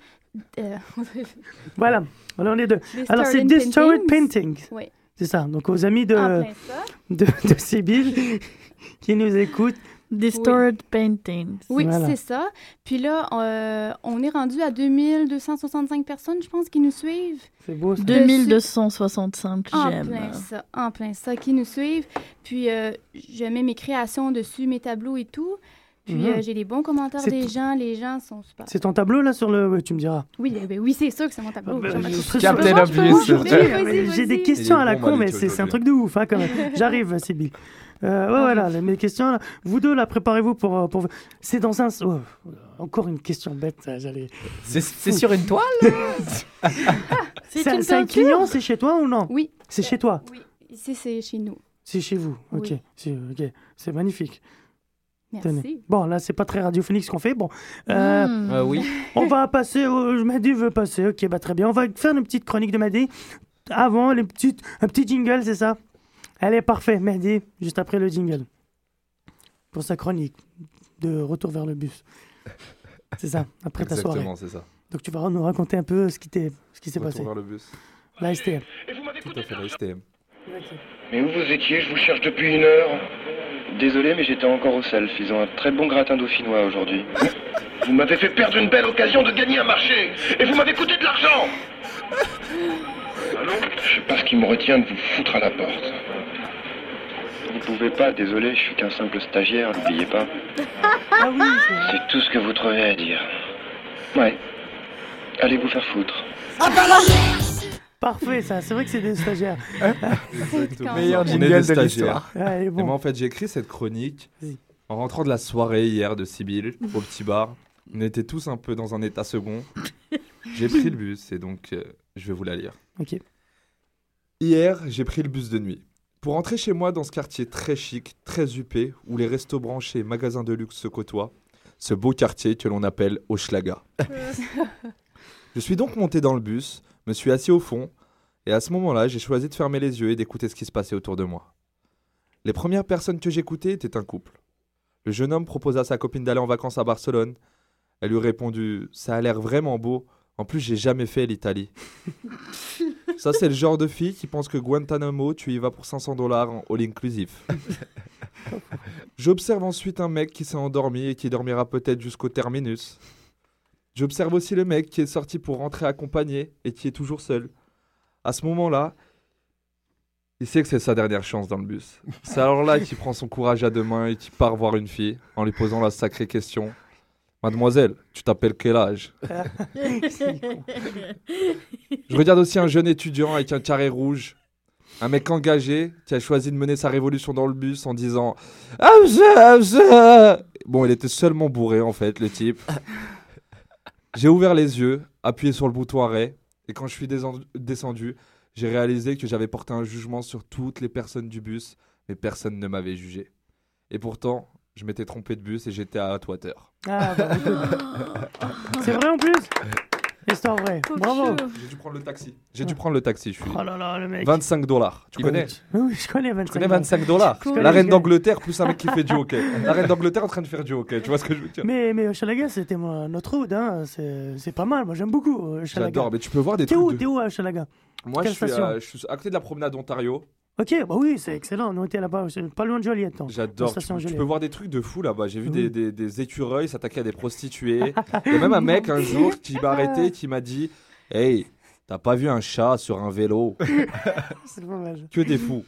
[SPEAKER 10] euh,
[SPEAKER 5] Voilà, voilà, on est deux.
[SPEAKER 10] Distorted
[SPEAKER 5] Alors c'est Distorted
[SPEAKER 10] Paintings.
[SPEAKER 5] Paintings.
[SPEAKER 10] Oui.
[SPEAKER 5] C'est ça, donc aux amis de,
[SPEAKER 10] En plein Ah, ça.
[SPEAKER 5] de, de Sybille qui nous écoutent,
[SPEAKER 1] Distored paintings.
[SPEAKER 10] Oui, c'est ça. Puis là, euh, on est rendu à 2265 personnes, je pense, qui nous suivent.
[SPEAKER 1] C'est beau, 2265
[SPEAKER 10] En
[SPEAKER 1] j'aime.
[SPEAKER 10] plein ça, en plein ça, qui nous suivent. Puis euh, je mets mes créations dessus, mes tableaux et tout. Puis
[SPEAKER 5] Mhm.
[SPEAKER 10] euh, j'ai des bons commentaires
[SPEAKER 5] C'est
[SPEAKER 10] des
[SPEAKER 5] tout-
[SPEAKER 10] gens, les gens sont super.
[SPEAKER 5] C'est ton tableau là sur le. ouais, tu me diras.
[SPEAKER 10] Oui, eh ben oui c'est sûr que c'est mon tableau.
[SPEAKER 5] Ben,
[SPEAKER 10] J'en ai-
[SPEAKER 5] je-
[SPEAKER 10] Je peux- je peux-
[SPEAKER 5] Obvious.
[SPEAKER 10] je peux- vas-y,
[SPEAKER 5] Mais
[SPEAKER 10] vas-y.
[SPEAKER 5] J'ai des questions
[SPEAKER 10] Il est
[SPEAKER 5] à la
[SPEAKER 10] bon,
[SPEAKER 5] con,
[SPEAKER 10] Malik,
[SPEAKER 5] mais
[SPEAKER 10] toi,
[SPEAKER 5] c'est c'est un truc de ouf hein, quand même. J'arrive, Sybille. Euh, ouais, voilà, les- mes questions. là. Vous deux, là, préparez-vous pour. euh, pour... C'est dans un. oh, encore une question bête, ça, j'allais.
[SPEAKER 6] C'est- c'est sur une toile
[SPEAKER 10] C'est
[SPEAKER 5] C'est
[SPEAKER 10] une
[SPEAKER 5] c'est un
[SPEAKER 10] peinture
[SPEAKER 5] client, c'est chez toi ou non
[SPEAKER 10] Oui.
[SPEAKER 5] C'est chez toi
[SPEAKER 10] Ici, c'est chez nous.
[SPEAKER 5] C'est chez vous. Ok,
[SPEAKER 10] Oui.
[SPEAKER 5] c'est ok. C'est magnifique.
[SPEAKER 10] Merci.
[SPEAKER 5] Bon, là, c'est pas très radiophonique ce qu'on fait. Bon. Euh,
[SPEAKER 1] Hmm.
[SPEAKER 10] Mm.
[SPEAKER 8] Ah
[SPEAKER 10] Euh, oui.
[SPEAKER 5] On va passer. Au... Madé veut passer. Ok, bah très bien. On va faire une petite chronique de Madé. Avant, les petites... un petit jingle, c'est ça Allez, parfait. Madé, juste après le jingle. Pour sa chronique de retour vers le bus. C'est ça, après ta soirée.
[SPEAKER 11] Exactement, c'est ça.
[SPEAKER 5] Donc tu vas nous raconter un peu ce qui t'est- ce qui s'est
[SPEAKER 11] Retour
[SPEAKER 5] passé.
[SPEAKER 11] vers le bus.
[SPEAKER 5] La STM.
[SPEAKER 11] Tout à fait, la STM.
[SPEAKER 12] Mais où vous étiez Je vous cherche depuis une heure. Désolé, mais j'étais encore au self. Ils ont un très bon gratin dauphinois aujourd'hui. Vous m'avez fait perdre une belle occasion de gagner un marché. Et vous m'avez coûté de l'argent. Allô Je sais pas ce qui me retient de vous foutre à la porte. Vous pouvez pas, désolé, je suis qu'un simple stagiaire, n'oubliez pas.
[SPEAKER 5] Ah oui,
[SPEAKER 12] C'est tout ce que vous trouvez à dire. Ouais. Allez vous faire foutre.
[SPEAKER 8] Ah, bah
[SPEAKER 5] Parfait, ça. C'est vrai que c'est des stagiaires.
[SPEAKER 11] Hein Exactement.
[SPEAKER 5] Meilleur
[SPEAKER 11] On est
[SPEAKER 5] jingle
[SPEAKER 11] des
[SPEAKER 5] de
[SPEAKER 11] stagiaires.
[SPEAKER 5] l'histoire. Ouais, elle est
[SPEAKER 11] Et
[SPEAKER 5] bon.
[SPEAKER 11] moi, en fait, j'ai écrit cette chronique
[SPEAKER 5] Vas-y.
[SPEAKER 11] en rentrant de la soirée hier de Sibyl au petit bar. On était tous un peu dans un état second. J'ai pris le bus et donc euh, je vais vous la lire.
[SPEAKER 5] Ok.
[SPEAKER 11] Hier, j'ai pris le bus de nuit. Pour rentrer chez moi dans ce quartier très chic, très huppé, où les restos branchés et magasins de luxe se côtoient, ce beau quartier que l'on appelle Hochelaga. Je suis donc monté dans le bus, me suis assis au fond, et à ce moment-là, j'ai choisi de fermer les yeux et d'écouter ce qui se passait autour de moi. Les premières personnes que j'écoutais étaient un couple. Le jeune homme proposa à sa copine d'aller en vacances à Barcelone. Elle lui a répondu Ça a l'air vraiment beau, en plus, j'ai jamais fait l'Italie. Ça, c'est le genre de fille qui pense que Guantanamo, tu y vas pour 500 dollars en all inclusif. J'observe ensuite un mec qui s'est endormi et qui dormira peut-être jusqu'au terminus. J'observe aussi le mec qui est sorti pour rentrer accompagné et qui est toujours seul. À ce moment-là, il sait que c'est sa dernière chance dans le bus. C'est alors là qu'il prend son courage à deux mains et qu'il part voir une fille en lui posant la sacrée question Mademoiselle, tu t'appelles quel âge Je regarde aussi un jeune étudiant avec un carré rouge, un mec engagé qui a choisi de mener sa révolution dans le bus en disant Ah, ça, ah, ça Bon, il était seulement bourré en fait, le type. J'ai ouvert les yeux, appuyé sur le bouton arrêt, et quand je suis désen- descendu, j'ai réalisé que j'avais porté un jugement sur toutes les personnes du bus, mais personne ne m'avait jugé. Et pourtant, je m'étais trompé de bus et j'étais à Atwater.
[SPEAKER 5] Ah, bah, écoute. c'est vrai en plus Histoire vraie. Bravo.
[SPEAKER 11] J'ai dû prendre le taxi. J'ai dû prendre le taxi, je suis.
[SPEAKER 5] Oh là là, le mec.
[SPEAKER 11] 25 dollars. Tu
[SPEAKER 5] Il
[SPEAKER 11] connais
[SPEAKER 5] coûte. Oui, oui, je connais 25
[SPEAKER 11] Tu connais 25 dollars.
[SPEAKER 5] Je connais,
[SPEAKER 11] La reine
[SPEAKER 5] je connais.
[SPEAKER 11] d'Angleterre plus un mec qui fait du hockey. La reine d'Angleterre en train de faire du hockey. Tu vois ce que je veux dire
[SPEAKER 5] Mais, mais Hochelaga, c'était moi, notre route. Hein. C'est c'est pas mal. Moi, j'aime beaucoup euh, Hochelaga.
[SPEAKER 11] J'adore, mais tu peux voir des
[SPEAKER 5] T'es
[SPEAKER 11] trucs
[SPEAKER 5] où
[SPEAKER 11] de-
[SPEAKER 5] T'es où à Hochelaga
[SPEAKER 11] Moi, je
[SPEAKER 5] Quelle
[SPEAKER 11] suis,
[SPEAKER 5] station
[SPEAKER 11] à, je suis à côté de la promenade Ontario.
[SPEAKER 5] Ok, bah oui, c'est excellent. Nous, on était là-bas. c'est Pas loin de Joliette. non.
[SPEAKER 11] J'adore.
[SPEAKER 5] La
[SPEAKER 11] Tu,
[SPEAKER 5] station
[SPEAKER 11] tu
[SPEAKER 5] Joliette.
[SPEAKER 11] peux voir des trucs de fou là-bas. J'ai vu des, des- des écureuils s'attaquer à des prostituées. Il y a même un mec un jour qui m'a arrêté et qui m'a dit Hey, t'as pas vu un chat sur un vélo
[SPEAKER 5] C'est dommage.
[SPEAKER 11] Que des fous.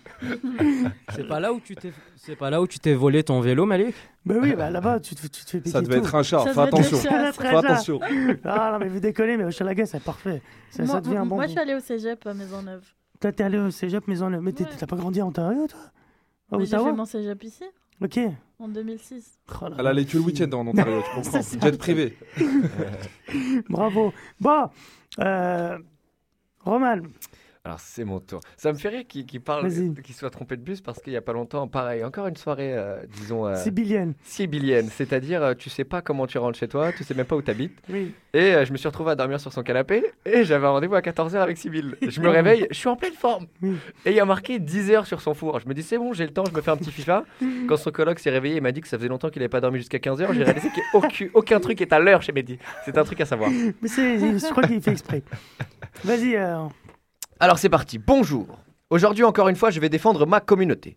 [SPEAKER 8] C'est pas là où tu t'es c'est pas là où tu t'es volé ton vélo, Malik
[SPEAKER 5] Bah oui, bah là-bas, tu te, tu te fais piquer.
[SPEAKER 8] Ça devait
[SPEAKER 5] tout.
[SPEAKER 8] être un chat, Ça fais devait être attention, le chat, ça. fais
[SPEAKER 5] Ça devait être
[SPEAKER 8] attention.
[SPEAKER 5] un chat. Ah non, mais vous décollez, mais Hochelaga, c'est parfait. Ça,
[SPEAKER 1] moi,
[SPEAKER 5] ça devient un bon.
[SPEAKER 1] moi, je suis allée au cégep à Maisonneuve.
[SPEAKER 5] Toi, t'es allé au cégep, mais, en... mais t'es- t'as pas grandi en Ontario, toi À
[SPEAKER 1] Mais J'ai
[SPEAKER 5] Ah, Ottawa
[SPEAKER 1] fait mon cégep ici,
[SPEAKER 5] Ok. Oh
[SPEAKER 1] en 2006.
[SPEAKER 11] Elle allait que le week-end en Ontario, Ah, tu comprends
[SPEAKER 5] C'est ça.
[SPEAKER 11] Jet privé.
[SPEAKER 5] Bravo. Bon, euh, Roman,
[SPEAKER 6] Alors c'est mon tour. Ça me fait rire qu'il qu'il parle,
[SPEAKER 5] Vas-y.
[SPEAKER 6] qu'il soit trompé de bus parce qu'il y a pas longtemps, pareil, encore une soirée, euh, disons... euh,
[SPEAKER 5] Sibylienne.
[SPEAKER 6] Sibylienne, c'est-à-dire euh, tu sais pas comment tu rentres chez toi, tu sais même pas où t'habites.
[SPEAKER 5] Oui.
[SPEAKER 6] Et euh, je me suis retrouvé à dormir sur son canapé et j'avais un rendez-vous à 14h avec Sibyl. Je me réveille, je suis en pleine forme. Et il y a marqué 10h sur son four. Je me dis c'est bon, j'ai le temps, je me fais un petit FIFA. Quand son coloc s'est réveillé, il m'a dit que ça faisait longtemps qu'il n'avait pas dormi jusqu'à 15h. J'ai réalisé qu'aucun aucun truc est à l'heure chez Mehdi. C'est un truc à savoir.
[SPEAKER 5] mais c'est, je crois qu'il fait exprès. Vas-y, euh,
[SPEAKER 6] Alors c'est parti, bonjour. Aujourd'hui encore une fois, je vais défendre ma communauté.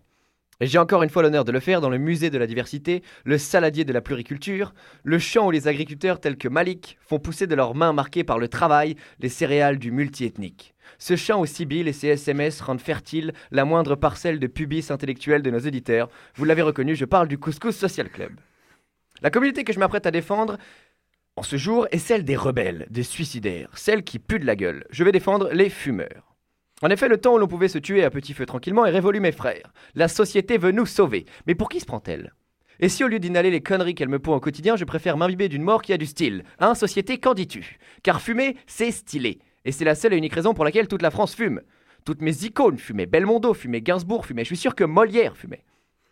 [SPEAKER 6] Et J'ai encore une fois l'honneur de le faire dans le musée de la diversité, le saladier de la pluriculture, le champ où les agriculteurs tels que Malik font pousser de leurs mains marquées par le travail les céréales du multiethnique. Ce champ où Sibyl et ses SMS rendent fertile la moindre parcelle de pubis intellectuel de nos éditeurs. Vous l'avez reconnu, je parle du Couscous Social Club. La communauté que je m'apprête à défendre en ce jour est celle des rebelles, des suicidaires, celle qui pue de la gueule. Je vais défendre les fumeurs. En effet, le temps où l'on pouvait se tuer à petit feu tranquillement est révolu, mes frères. La société veut nous sauver. Mais pour qui se prend-elle Et si au lieu d'inhaler les conneries qu'elle me pond au quotidien, je préfère m'imbiber d'une mort qui a du style Hein, société, qu'en dis-tu Car fumer, c'est stylé. Et c'est la seule et unique raison pour laquelle toute la France fume. Toutes mes icônes fumaient, Belmondo fumait, Gainsbourg fumait, je suis sûr que Molière fumait.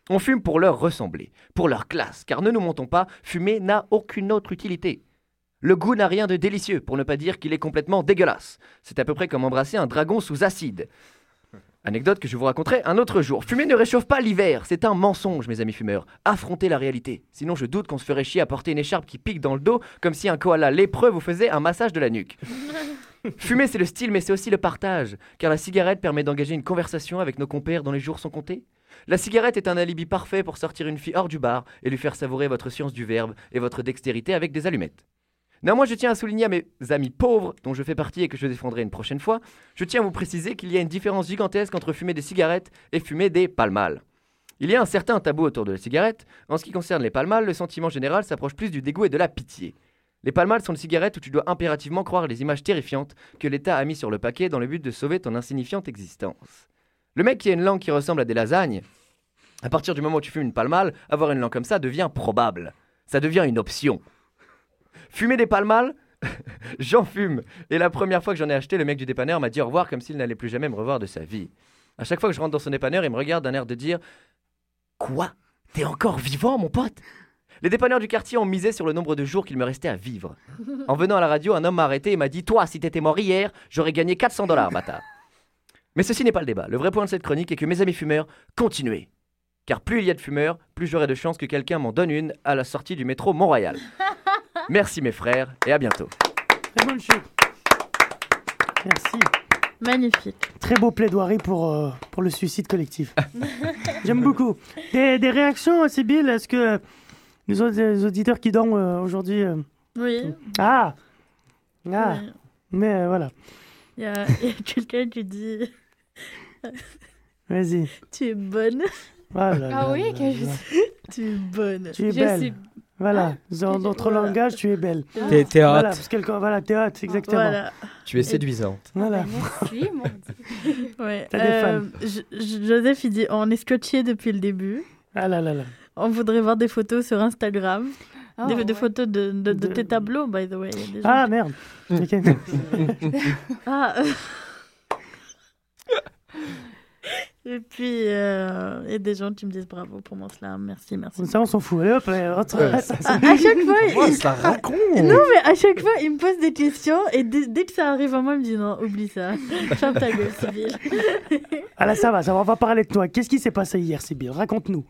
[SPEAKER 6] On fume pour leur ressembler, pour leur classe, car ne nous montons pas, fumer n'a aucune autre utilité. Le goût n'a rien de délicieux, pour ne pas dire qu'il est complètement dégueulasse. C'est à peu près comme embrasser un dragon sous acide. Anecdote que je vous raconterai un autre jour. Fumer ne réchauffe pas l'hiver, c'est un mensonge, mes amis fumeurs. Affrontez la réalité. Sinon, je doute qu'on se ferait chier à porter une écharpe qui pique dans le dos, comme si un koala lépreux vous faisait un massage de la nuque. Fumer, c'est le style, mais c'est aussi le partage, car la cigarette permet d'engager une conversation avec nos compères dont les jours sont comptés. La cigarette est un alibi parfait pour sortir une fille hors du bar et lui faire savourer votre science du verbe et votre dextérité avec des allumettes. Néanmoins, je tiens à souligner à mes amis pauvres, dont je fais partie et que je défendrai une prochaine fois, je tiens à vous préciser qu'il y a une différence gigantesque entre fumer des cigarettes et fumer des palmales. Il y a un certain tabou autour de la cigarette. En ce qui concerne les palmales, le sentiment général s'approche plus du dégoût et de la pitié. Les palmales sont des cigarettes où tu dois impérativement croire les images terrifiantes que l'État a mis sur le paquet dans le but de sauver ton insignifiante existence. Le mec qui a une langue qui ressemble à des lasagnes, à partir du moment où tu fumes une palmale, avoir une langue comme ça devient probable. Ça devient une option. Fumer des palmales J'en fume. Et la première fois que j'en ai acheté, le mec du dépanneur m'a dit au revoir comme s'il n'allait plus jamais me revoir de sa vie. À chaque fois que je rentre dans son dépanneur, il me regarde d'un air de dire Quoi T'es encore vivant, mon pote Les dépanneurs du quartier ont misé sur le nombre de jours qu'il me restait à vivre. En venant à la radio, un homme m'a arrêté et m'a dit Toi, si t'étais mort hier, j'aurais gagné 400 dollars, bâtard. Mais ceci n'est pas le débat. Le vrai point de cette chronique est que mes amis fumeurs, continuez. Car plus il y a de fumeurs, plus j'aurai de chances que quelqu'un m'en donne une à la sortie du métro Mont-Royal. Merci mes frères et à bientôt.
[SPEAKER 5] Très bonne chute. Merci.
[SPEAKER 1] Magnifique.
[SPEAKER 5] Très beau plaidoirie pour, euh, pour le suicide collectif. J'aime beaucoup. Des, des réactions, euh, Sybille Est-ce que nous autres, les auditeurs qui dorment euh, aujourd'hui. euh,
[SPEAKER 1] Oui.
[SPEAKER 5] Ah Ah
[SPEAKER 1] Oui.
[SPEAKER 5] Mais euh, voilà.
[SPEAKER 1] Il y a, il y a quelqu'un qui dit
[SPEAKER 5] Vas-y.
[SPEAKER 1] Tu es bonne.
[SPEAKER 5] Ah là Ah là oui, là que je- là.
[SPEAKER 1] Tu es bonne.
[SPEAKER 5] Tu es belle. Voilà. Dans notre
[SPEAKER 1] Ah, Voilà.
[SPEAKER 5] langage, tu es belle.
[SPEAKER 8] T'es- t'es
[SPEAKER 5] Voilà,
[SPEAKER 8] hot.
[SPEAKER 5] parce que, voilà, t'es hot, exactement.
[SPEAKER 1] Voilà. Ah,
[SPEAKER 8] Tu es séduisante.
[SPEAKER 5] Voilà.
[SPEAKER 1] Ouais.
[SPEAKER 5] Ah T'as des
[SPEAKER 1] euh, Jo- Jo- Joseph, il dit on est scotché depuis le début.
[SPEAKER 5] Ah là là là.
[SPEAKER 1] On voudrait voir des photos sur Instagram.
[SPEAKER 5] Oh,
[SPEAKER 10] Ah,
[SPEAKER 1] des, des
[SPEAKER 10] ouais.
[SPEAKER 1] photos de, de- de
[SPEAKER 5] De-
[SPEAKER 1] tes tableaux, by the way. Il y a des gens
[SPEAKER 5] Ah
[SPEAKER 1] qui-
[SPEAKER 5] merde. Ok.
[SPEAKER 1] Ah, euh. Et puis, euh, il y a des gens qui me disent bravo pour mon slam. Merci, merci.
[SPEAKER 5] Ça, on s'en fout. Allez hop, allez, rentre.
[SPEAKER 1] Ouais, ça, ça- À chaque fois, il- Ouais, ça
[SPEAKER 5] raconte.
[SPEAKER 1] Non, mais à chaque fois, il me pose des questions et dès, dès que ça arrive à moi, il me dit non, oublie ça. Ferme ta gueule, Sybille.
[SPEAKER 5] Ah là, ça va, ça va, on va parler de toi. Qu'est-ce qui s'est passé hier, Sybille Raconte-nous.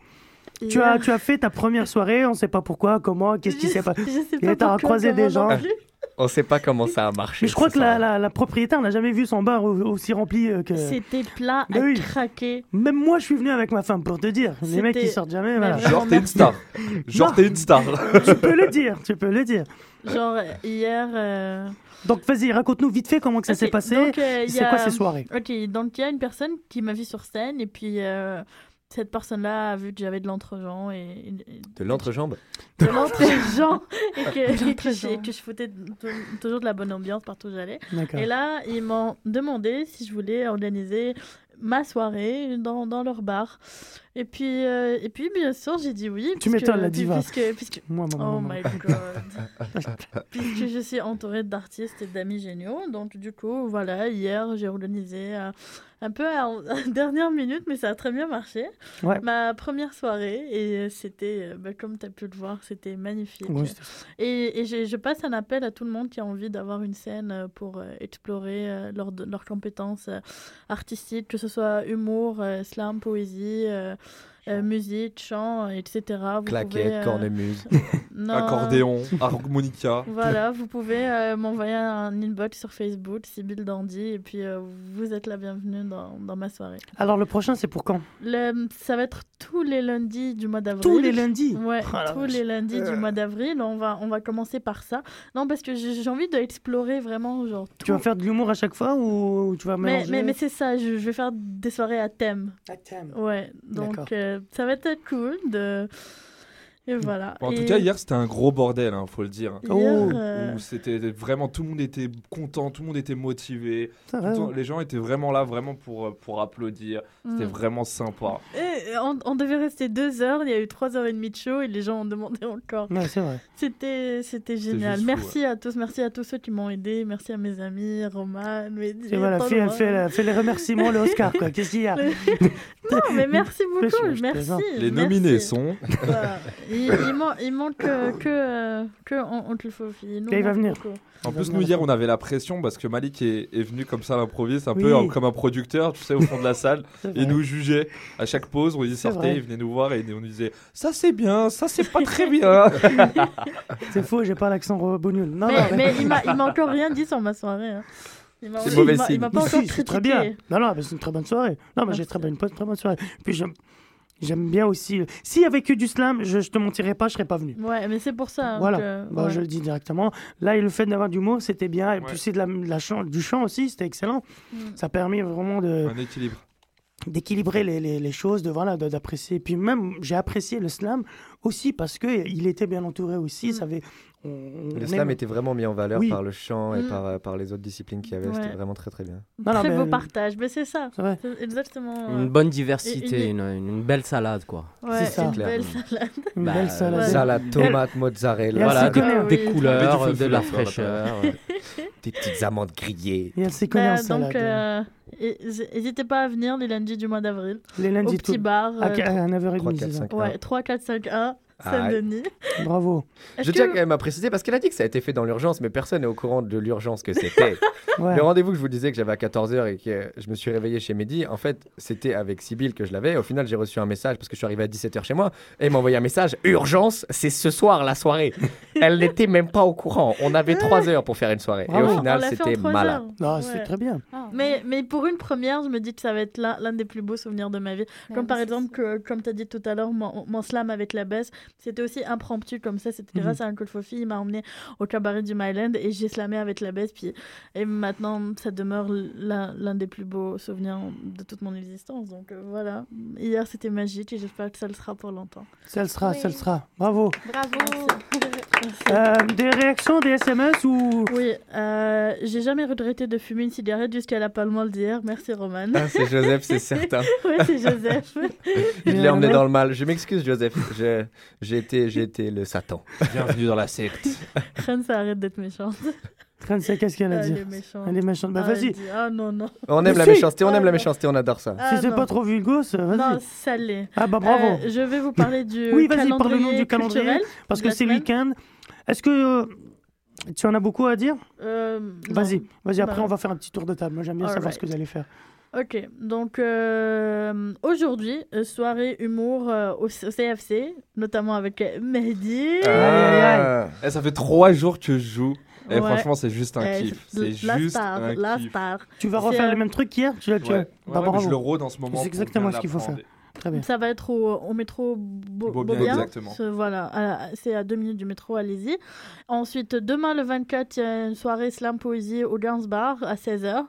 [SPEAKER 5] Tu
[SPEAKER 1] Hier.
[SPEAKER 5] as, tu as fait ta première soirée, on sait pas pourquoi, comment, qu'est-ce qui s'est passé.
[SPEAKER 1] je sais
[SPEAKER 5] Et
[SPEAKER 1] pas
[SPEAKER 5] t'as
[SPEAKER 1] pourquoi,
[SPEAKER 5] croisé des gens.
[SPEAKER 1] comment non
[SPEAKER 5] Mais
[SPEAKER 1] plus.
[SPEAKER 6] On sait pas comment ça a marché.
[SPEAKER 5] je crois que la, la, la propriétaire n'a jamais vu son bar au- aussi rempli euh, que.
[SPEAKER 1] C'était plein à
[SPEAKER 5] Mais oui.
[SPEAKER 1] craquer.
[SPEAKER 5] Même moi, je suis venu avec ma femme pour te dire. Les mecs,
[SPEAKER 1] C'était-
[SPEAKER 5] ils sortent jamais.
[SPEAKER 1] Mais
[SPEAKER 5] Voilà.
[SPEAKER 1] vraiment, Genre, t'es une merci. star.
[SPEAKER 11] Genre, t'es une star.
[SPEAKER 5] tu peux le dire, tu peux le dire.
[SPEAKER 1] Genre, hier. euh,
[SPEAKER 5] Donc, vas-y, raconte-nous vite fait comment que ça
[SPEAKER 1] Ok,
[SPEAKER 5] s'est passé.
[SPEAKER 1] donc, euh, il y
[SPEAKER 5] C'est
[SPEAKER 1] a-
[SPEAKER 5] quoi ces soirées
[SPEAKER 1] Ok, donc il y a une personne qui m'a vu sur scène et puis euh, cette personne-là a vu que j'avais de l'entrejambe et, et-
[SPEAKER 6] De l'entrejambe
[SPEAKER 1] de l'entrejambe et
[SPEAKER 10] De
[SPEAKER 1] que, et que
[SPEAKER 10] l'entrejambe.
[SPEAKER 1] j'ai- que je foutais tou- toujours de la bonne ambiance partout où j'allais.
[SPEAKER 10] D'accord.
[SPEAKER 1] Et là, ils m'ont demandé si je voulais organiser ma soirée dans, dans leur bar. Et puis, euh, et puis bien sûr, j'ai dit oui.
[SPEAKER 5] Tu
[SPEAKER 1] puisque-
[SPEAKER 5] m'étonnes, la diva.
[SPEAKER 1] Puisque, puisque-
[SPEAKER 5] Moi, moi, moi,
[SPEAKER 1] oh
[SPEAKER 5] moi,
[SPEAKER 1] my
[SPEAKER 5] moi.
[SPEAKER 1] god. Puisque je suis entourée d'artistes et d'amis géniaux. Donc, du coup, voilà, hier, j'ai organisé euh, un peu à, à dernière minute, mais ça a très bien marché.
[SPEAKER 5] Ouais.
[SPEAKER 1] Ma première soirée, et euh, c'était, euh, bah, comme tu as pu le voir, c'était magnifique.
[SPEAKER 5] Ouais, c'était-
[SPEAKER 1] et et je, je passe un appel à tout le monde qui a envie d'avoir une scène euh, pour euh, explorer euh, leurs leurs compétences euh, artistiques, que ce soit humour, euh, slam, poésie. euh, euh, musique, chant, etc. Vous
[SPEAKER 11] Claquettes,
[SPEAKER 1] pouvez, euh,
[SPEAKER 11] cornemuse.
[SPEAKER 1] euh, non,
[SPEAKER 11] Accordéon,
[SPEAKER 1] euh,
[SPEAKER 11] harmonica.
[SPEAKER 1] Voilà, vous pouvez euh, m'envoyer un inbox sur Facebook, Sybille Dandy, et puis euh, vous êtes la bienvenue dans, dans ma soirée.
[SPEAKER 5] Alors, le prochain, c'est pour quand
[SPEAKER 1] Le- ça va être tous les lundis du mois d'avril.
[SPEAKER 5] Tous les lundis
[SPEAKER 1] Ouais,
[SPEAKER 5] Oh la
[SPEAKER 1] tous
[SPEAKER 5] vache.
[SPEAKER 1] les lundis
[SPEAKER 5] Euh.
[SPEAKER 1] du mois d'avril. On va, on va commencer par ça. Non, parce que j'ai j'ai envie d'explorer vraiment, genre,
[SPEAKER 5] Tu vas faire de l'humour à chaque fois ou, ou tu vas
[SPEAKER 1] mais,
[SPEAKER 5] mélanger
[SPEAKER 1] mais, mais c'est ça, je, je vais faire des soirées à thème.
[SPEAKER 5] À thème.
[SPEAKER 1] Ouais,
[SPEAKER 5] D'accord.
[SPEAKER 1] donc euh, ça va être cool de... Et voilà.
[SPEAKER 11] Mm. Bon, en tout
[SPEAKER 1] Et-
[SPEAKER 11] cas, hier, c'était un gros bordel, hein, faut le dire.
[SPEAKER 1] Hier, Oh. euh,
[SPEAKER 11] Où c'était vraiment tout le monde était content, tout le monde était motivé.
[SPEAKER 1] Ça
[SPEAKER 11] Tout
[SPEAKER 1] va,
[SPEAKER 11] le temps-
[SPEAKER 1] ouais.
[SPEAKER 11] les gens étaient vraiment là, vraiment pour, euh, pour applaudir. C'était
[SPEAKER 1] Mm.
[SPEAKER 11] vraiment sympa.
[SPEAKER 1] Et on, on devait rester deux heures, il y a eu trois heures et demie de show et les gens ont demandé encore.
[SPEAKER 5] Ouais, c'est vrai.
[SPEAKER 1] C'était, c'était génial.
[SPEAKER 5] juste fou,
[SPEAKER 1] merci à tous, merci à tous ceux qui m'ont aidé, merci à mes amis, Roman, Mehdi.
[SPEAKER 5] Et voilà,
[SPEAKER 1] Paul
[SPEAKER 5] fais,
[SPEAKER 1] Roman.
[SPEAKER 5] fais- fais les remerciements, le Oscar, quoi. Qu'est-ce qu'il y a
[SPEAKER 1] Non, mais merci beaucoup,
[SPEAKER 5] Je- je
[SPEAKER 1] merci.
[SPEAKER 5] plaisante.
[SPEAKER 11] Les
[SPEAKER 1] merci.
[SPEAKER 11] nominés sont.
[SPEAKER 1] Voilà. Il, il man- il manque que, que, euh, que on- on te le faufile. Nous,
[SPEAKER 5] Et
[SPEAKER 1] on
[SPEAKER 5] il va
[SPEAKER 1] manque
[SPEAKER 5] venir.
[SPEAKER 1] beaucoup.
[SPEAKER 11] En plus, nous, hier, on avait la pression parce que Malik est, est venu comme ça à l'improviste, un
[SPEAKER 5] Oui.
[SPEAKER 11] peu euh, comme un producteur, tu sais, au fond de la salle.
[SPEAKER 5] C'est vrai.
[SPEAKER 11] Il nous jugeait. À chaque pause, on y
[SPEAKER 5] vrai.
[SPEAKER 11] sortait, il venait nous voir et on nous disait Ça, c'est bien, ça, c'est pas très bien.
[SPEAKER 5] C'est faux, j'ai pas l'accent bognol. Non,
[SPEAKER 1] Mais,
[SPEAKER 5] non,
[SPEAKER 1] mais il m'a il m'a encore rien dit sur ma soirée. hein. Il m'a-
[SPEAKER 5] Si,
[SPEAKER 1] il
[SPEAKER 5] mauvais
[SPEAKER 1] m'a- Il
[SPEAKER 5] signe.
[SPEAKER 1] m'a pas
[SPEAKER 5] Si,
[SPEAKER 1] encore
[SPEAKER 5] c'est
[SPEAKER 1] critiqué. Ah.
[SPEAKER 5] très bien. Non, non, mais c'est une très bonne soirée. Non, mais j'ai très bonne, très bonne soirée. Puis j'aime, j'aime bien aussi. euh, S'il y avait que du slam, je, je te mentirais pas, je serais pas venu.
[SPEAKER 1] Ouais, mais c'est pour ça. hein,
[SPEAKER 5] Voilà,
[SPEAKER 1] que-
[SPEAKER 5] Bon,
[SPEAKER 1] ouais.
[SPEAKER 5] je le dis directement. Là, et le fait d'avoir du mot, c'était bien. Et puis, c'est de la, de la chan- du chant aussi, c'était excellent.
[SPEAKER 1] Mm.
[SPEAKER 5] Ça permet vraiment de,
[SPEAKER 11] Un équilibre.
[SPEAKER 5] d'équilibrer les, les- les choses, de voilà, de- d'apprécier. Puis même, j'ai apprécié le slam aussi parce que il était bien entouré
[SPEAKER 1] Mm.
[SPEAKER 5] aussi. Ça avait, on- on
[SPEAKER 6] Le
[SPEAKER 5] aime-
[SPEAKER 6] slam était vraiment mis en valeur
[SPEAKER 5] Oui.
[SPEAKER 6] par le chant et
[SPEAKER 1] Mm.
[SPEAKER 6] par, euh, par les autres disciplines qu'il y avait.
[SPEAKER 1] Ouais.
[SPEAKER 6] C'était vraiment très très bien.
[SPEAKER 5] Non, non,
[SPEAKER 1] Très
[SPEAKER 5] mais- euh,
[SPEAKER 1] beau partage, mais c'est ça.
[SPEAKER 5] C'est vrai.
[SPEAKER 1] C'est Exactement. euh,
[SPEAKER 8] Une bonne
[SPEAKER 1] et-
[SPEAKER 8] diversité,
[SPEAKER 1] et-
[SPEAKER 8] une, une belle salade, quoi.
[SPEAKER 1] Ouais,
[SPEAKER 8] C'est
[SPEAKER 1] une
[SPEAKER 8] clair.
[SPEAKER 1] belle salade.
[SPEAKER 5] Une
[SPEAKER 8] Bah,
[SPEAKER 5] belle salade.
[SPEAKER 8] salade,
[SPEAKER 5] euh,
[SPEAKER 8] tomate,
[SPEAKER 6] mozzarella.
[SPEAKER 8] Et elle Voilà, s'y des- connaît, des oui. couleurs, euh,
[SPEAKER 6] Et du feu
[SPEAKER 8] de la
[SPEAKER 6] feuilleté, on l'appelle.
[SPEAKER 8] fraîcheur.
[SPEAKER 6] des petites amandes grillées.
[SPEAKER 5] Et elle s'y connaît
[SPEAKER 1] Bah,
[SPEAKER 5] en
[SPEAKER 1] donc, euh,
[SPEAKER 5] salade. hein.
[SPEAKER 1] n'hésitez pas à venir les lundis du mois d'avril.
[SPEAKER 5] Les lundis
[SPEAKER 1] Au petit
[SPEAKER 5] tout-
[SPEAKER 1] bar.
[SPEAKER 5] à
[SPEAKER 1] euh,
[SPEAKER 5] qu- à 9h30,
[SPEAKER 6] 3, 4,
[SPEAKER 5] c'est ça.
[SPEAKER 6] 5,
[SPEAKER 1] Ouais, 3, 4, 5, 1,
[SPEAKER 6] Ah,
[SPEAKER 1] Saint-Denis.
[SPEAKER 5] Bravo.
[SPEAKER 1] Est-ce
[SPEAKER 6] Je
[SPEAKER 1] que-
[SPEAKER 6] tiens quand même à préciser parce qu'elle a dit que ça a été fait dans l'urgence, mais personne n'est au courant de l'urgence que c'était.
[SPEAKER 5] Ouais.
[SPEAKER 6] Le rendez-vous que je vous disais que j'avais à 14h et que euh, je me suis réveillé chez Mehdi, en fait, c'était avec Sybille que je l'avais. Au final, j'ai reçu un message parce que je suis arrivé à 17h chez moi et elle m'a envoyé un message Urgence, c'est ce soir la soirée. Elle n'était même pas au courant. On avait 3 heures pour faire une soirée.
[SPEAKER 5] Bravo.
[SPEAKER 6] Et au
[SPEAKER 1] On
[SPEAKER 6] final,
[SPEAKER 1] l'a fait en
[SPEAKER 6] c'était
[SPEAKER 1] trois
[SPEAKER 6] malade.
[SPEAKER 1] heures.
[SPEAKER 5] Non,
[SPEAKER 1] Ouais.
[SPEAKER 5] c'est très bien.
[SPEAKER 10] Ah,
[SPEAKER 1] Mais, mais pour une première, je me dis que ça va être l'un l'un des plus beaux souvenirs de ma vie. comme
[SPEAKER 10] oui,
[SPEAKER 1] par
[SPEAKER 10] c'est
[SPEAKER 1] exemple, que, comme tu as dit tout à l'heure, mon, mon slam avec la baisse, c'était aussi impromptu comme ça. C'était
[SPEAKER 10] Mhm.
[SPEAKER 1] grâce à Uncle Fofi, il m'a emmené au cabaret du Myland et j'ai slamé avec la baisse. Puis, et maintenant, ça demeure l'un l'un des plus beaux souvenirs de toute mon existence. Donc euh, voilà, hier c'était magique et j'espère que ça le sera pour longtemps.
[SPEAKER 5] Ça le sera, ça le sera. Bravo.
[SPEAKER 1] Bravo
[SPEAKER 5] Euh, des réactions, des SMS ou.
[SPEAKER 1] Oui, euh, j'ai jamais regretté de fumer une cigarette jusqu'à la Palmol d'hier. Merci, Roman.
[SPEAKER 6] Ah, c'est Joseph, c'est certain.
[SPEAKER 1] oui, c'est Joseph.
[SPEAKER 6] Il l'a emmené dans le mal. Je m'excuse, Joseph. Je- J'ai été, j'ai été le Satan.
[SPEAKER 11] Bienvenue dans la secte.
[SPEAKER 1] Ren, ça arrête d'être méchante.
[SPEAKER 5] Ren, c'est qu'est-ce qu'elle a
[SPEAKER 1] Ah,
[SPEAKER 5] à
[SPEAKER 1] elle
[SPEAKER 5] dire
[SPEAKER 1] est méchante.
[SPEAKER 5] Elle est méchante. Bah,
[SPEAKER 1] Ah, elle
[SPEAKER 5] vas-y.
[SPEAKER 1] dit, Ah non, non.
[SPEAKER 6] On aime
[SPEAKER 5] Mais
[SPEAKER 6] la
[SPEAKER 5] si.
[SPEAKER 6] méchanceté, on aime la méchanceté, on adore ça.
[SPEAKER 1] Ah,
[SPEAKER 5] Si c'est
[SPEAKER 1] non.
[SPEAKER 5] pas trop vulgos, vas-y.
[SPEAKER 1] Non, salé.
[SPEAKER 5] Ah bah bravo.
[SPEAKER 1] Euh, je vais vous parler du
[SPEAKER 5] oui, vas-y,
[SPEAKER 1] calendrier
[SPEAKER 5] parle-nous du calendrier.
[SPEAKER 1] culturel
[SPEAKER 5] Parce
[SPEAKER 1] de
[SPEAKER 5] que
[SPEAKER 1] la
[SPEAKER 5] c'est le
[SPEAKER 1] semaine.
[SPEAKER 5] week-end. Est-ce que euh, tu en as beaucoup à dire
[SPEAKER 1] Euh, non.
[SPEAKER 5] Vas-y, vas-y. Après,
[SPEAKER 1] Bah.
[SPEAKER 5] on va faire un petit tour de table. Moi, j'aime bien savoir
[SPEAKER 1] Alright.
[SPEAKER 5] ce que vous allez faire.
[SPEAKER 1] Ok, donc euh, aujourd'hui, euh, soirée humour euh, au, au CFC, notamment avec euh, Mehdi.
[SPEAKER 6] Ah.
[SPEAKER 11] Eh, ça fait trois jours que je joue. Et
[SPEAKER 1] Ouais.
[SPEAKER 11] franchement, c'est juste un
[SPEAKER 1] Eh,
[SPEAKER 11] kiff.
[SPEAKER 1] la
[SPEAKER 11] C'est juste
[SPEAKER 1] star,
[SPEAKER 11] un
[SPEAKER 1] la
[SPEAKER 11] kiff.
[SPEAKER 1] star.
[SPEAKER 5] Tu vas
[SPEAKER 1] C'est,
[SPEAKER 5] refaire
[SPEAKER 1] euh,
[SPEAKER 5] le même truc qu'hier Tu vas
[SPEAKER 11] Ouais.
[SPEAKER 5] tu vas-
[SPEAKER 11] Ouais,
[SPEAKER 5] bah,
[SPEAKER 11] ouais, mais
[SPEAKER 5] bravo.
[SPEAKER 11] je le rôde en ce moment
[SPEAKER 5] C'est
[SPEAKER 11] pour
[SPEAKER 5] exactement
[SPEAKER 11] bien
[SPEAKER 5] ce qu'il faut faire.
[SPEAKER 11] l'apprendre.
[SPEAKER 5] Très bien.
[SPEAKER 1] Ça va être au, au métro Bo-
[SPEAKER 11] Beaubien,
[SPEAKER 1] Beaubien.
[SPEAKER 11] exactement.
[SPEAKER 1] Ce- voilà, à- c'est à deux minutes du métro, allez-y. Ensuite, demain le 24, il y a une soirée slam poésie au Gans Bar à 16h.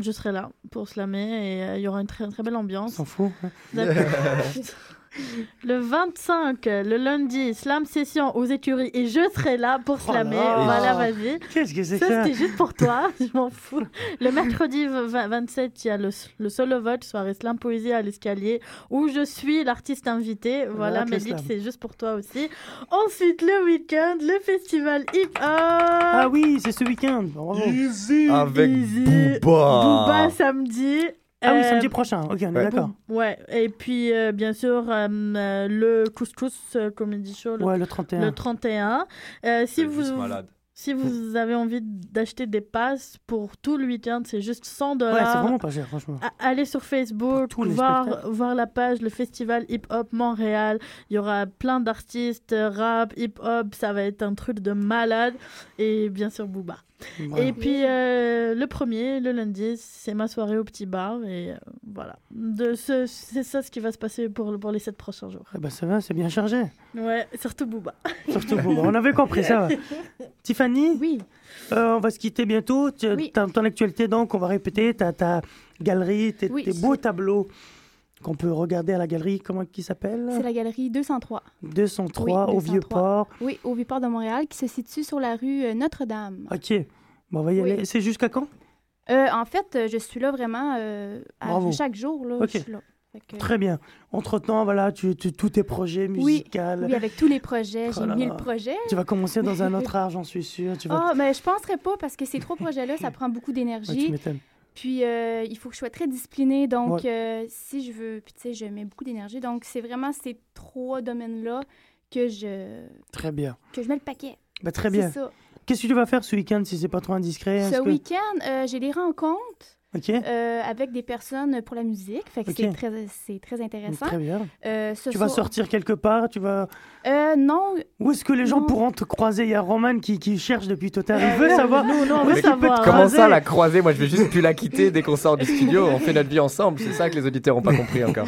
[SPEAKER 1] Je serai là pour slammer et euh, il y aura une très, très belle ambiance.
[SPEAKER 5] S'en fout. hein.
[SPEAKER 1] Le 25, le lundi, slam session aux écuries et je serai là pour
[SPEAKER 5] Oh là
[SPEAKER 1] slammer.
[SPEAKER 5] là.
[SPEAKER 1] voilà, vas-y.
[SPEAKER 5] Qu'est-ce que c'est que
[SPEAKER 1] Ça,
[SPEAKER 5] ça
[SPEAKER 1] c'était juste pour toi, je m'en fous. Le mercredi v- vingt- 27, il y a le, le solo vote, soirée slam poésie à l'escalier, où je suis l'artiste invité. Voilà,
[SPEAKER 5] Hâte le
[SPEAKER 1] Mélite,
[SPEAKER 5] slam.
[SPEAKER 1] c'est juste pour toi aussi. Ensuite, le week-end, le festival hip-hop.
[SPEAKER 5] Ah oui, c'est ce week-end. Bah, Bravo.
[SPEAKER 6] Avec
[SPEAKER 1] Easy.
[SPEAKER 6] Booba.
[SPEAKER 1] Booba samedi.
[SPEAKER 5] Ah oui,
[SPEAKER 1] Euh,
[SPEAKER 5] samedi prochain. Ok, on est
[SPEAKER 6] Ouais.
[SPEAKER 5] d'accord.
[SPEAKER 1] Ouais, et puis euh, bien sûr euh, euh, le couscous euh, comedy show le,
[SPEAKER 5] Ouais, le 31.
[SPEAKER 1] le 31. Euh, si vous
[SPEAKER 11] malade.
[SPEAKER 1] Si
[SPEAKER 5] Hmm.
[SPEAKER 1] vous avez envie d'acheter des passes pour tout le week-end, c'est juste 100
[SPEAKER 5] Ouais,
[SPEAKER 1] dollars.
[SPEAKER 5] c'est vraiment pas cher, franchement.
[SPEAKER 1] Allez sur Facebook,
[SPEAKER 5] les
[SPEAKER 1] voir,
[SPEAKER 5] spectacles.
[SPEAKER 1] voir la page, le festival hip-hop Montréal. Il y aura plein d'artistes, euh, rap, hip-hop, ça va être un truc de malade. Et bien sûr, Booba.
[SPEAKER 5] Voilà.
[SPEAKER 1] Et puis, euh, le premier, le lundi, c'est ma soirée au petit bar. Et euh, voilà. De ce- C'est ça ce qui va se passer pour, le- pour les 7 prochains jours.
[SPEAKER 5] Eh ben, ça va, c'est bien chargé.
[SPEAKER 1] Ouais, surtout Booba.
[SPEAKER 5] Surtout pour moi. On avait compris ça. va. Tiffany Euh,
[SPEAKER 10] Oui.
[SPEAKER 5] on va se quitter bientôt. Tu-
[SPEAKER 10] Oui.
[SPEAKER 5] t'as ton actualité, donc, on va répéter. Tu ta galerie, tes
[SPEAKER 10] Oui.
[SPEAKER 5] tes beaux tableaux qu'on peut regarder à la galerie. Comment qui s'appelle
[SPEAKER 10] C'est la galerie 203.
[SPEAKER 5] 203
[SPEAKER 10] Oui,
[SPEAKER 5] au Vieux-Port.
[SPEAKER 10] Oui, au Vieux-Port de Montréal, qui se situe sur la rue euh, Notre-Dame.
[SPEAKER 5] Ok. Bon, on va y
[SPEAKER 10] Oui.
[SPEAKER 5] aller. C'est jusqu'à quand
[SPEAKER 10] Euh, en fait, euh, je suis là vraiment euh, à-
[SPEAKER 5] Bravo.
[SPEAKER 10] chaque jour. Là,
[SPEAKER 5] Ok.
[SPEAKER 10] je suis là. Fait que-
[SPEAKER 5] Très bien. Entre-temps, voilà, tu, tu- tous tes projets musicaux.
[SPEAKER 10] euh, Oui, avec tous les projets.
[SPEAKER 5] Oh
[SPEAKER 10] J'ai
[SPEAKER 5] là
[SPEAKER 10] mis
[SPEAKER 5] là.
[SPEAKER 10] le projet.
[SPEAKER 5] Tu vas commencer dans un autre art, j'en suis sûr. Tu vas...
[SPEAKER 10] Ah, mais je penserais pas parce que ces trois projets-là, ça prend beaucoup
[SPEAKER 5] Ouais, tu
[SPEAKER 10] d'énergie.
[SPEAKER 5] m'étonnes.
[SPEAKER 10] Puis euh, il faut que je sois très disciplinée. Donc,
[SPEAKER 5] Ouais.
[SPEAKER 10] euh, si je veux, puis tu sais, je mets beaucoup d'énergie. Donc, c'est vraiment ces trois domaines-là que je
[SPEAKER 5] Très bien.
[SPEAKER 10] que je mets le paquet.
[SPEAKER 5] Bah, très
[SPEAKER 10] C'est
[SPEAKER 5] bien.
[SPEAKER 10] ça.
[SPEAKER 5] Qu'est-ce que tu vas faire ce week-end si c'est pas trop indiscret
[SPEAKER 10] Ce
[SPEAKER 5] Est-ce que-
[SPEAKER 10] week-end, euh, j'ai des rencontres
[SPEAKER 5] Ok.
[SPEAKER 10] euh, avec des personnes pour la musique. Fait que
[SPEAKER 5] Ok.
[SPEAKER 10] c'est très, c'est très intéressant.
[SPEAKER 5] Très bien.
[SPEAKER 10] Euh, ce
[SPEAKER 5] Tu vas
[SPEAKER 10] soir-
[SPEAKER 5] sortir quelque part, tu vas.
[SPEAKER 10] Euh, non.
[SPEAKER 5] Où est-ce que les gens
[SPEAKER 10] Non.
[SPEAKER 5] pourront te croiser Il y a Roman qui, qui cherche depuis tout à l'heure. Il
[SPEAKER 10] Euh,
[SPEAKER 5] veut
[SPEAKER 10] non,
[SPEAKER 5] savoir.
[SPEAKER 10] non, non, on
[SPEAKER 5] Où
[SPEAKER 10] veut
[SPEAKER 5] est-ce qu'il peut te
[SPEAKER 10] savoir.
[SPEAKER 5] croiser
[SPEAKER 6] Comment ça, la croiser Moi, je vais juste plus la quitter dès qu'on sort du studio. On fait notre vie ensemble. C'est ça que les auditeurs n'ont pas compris encore.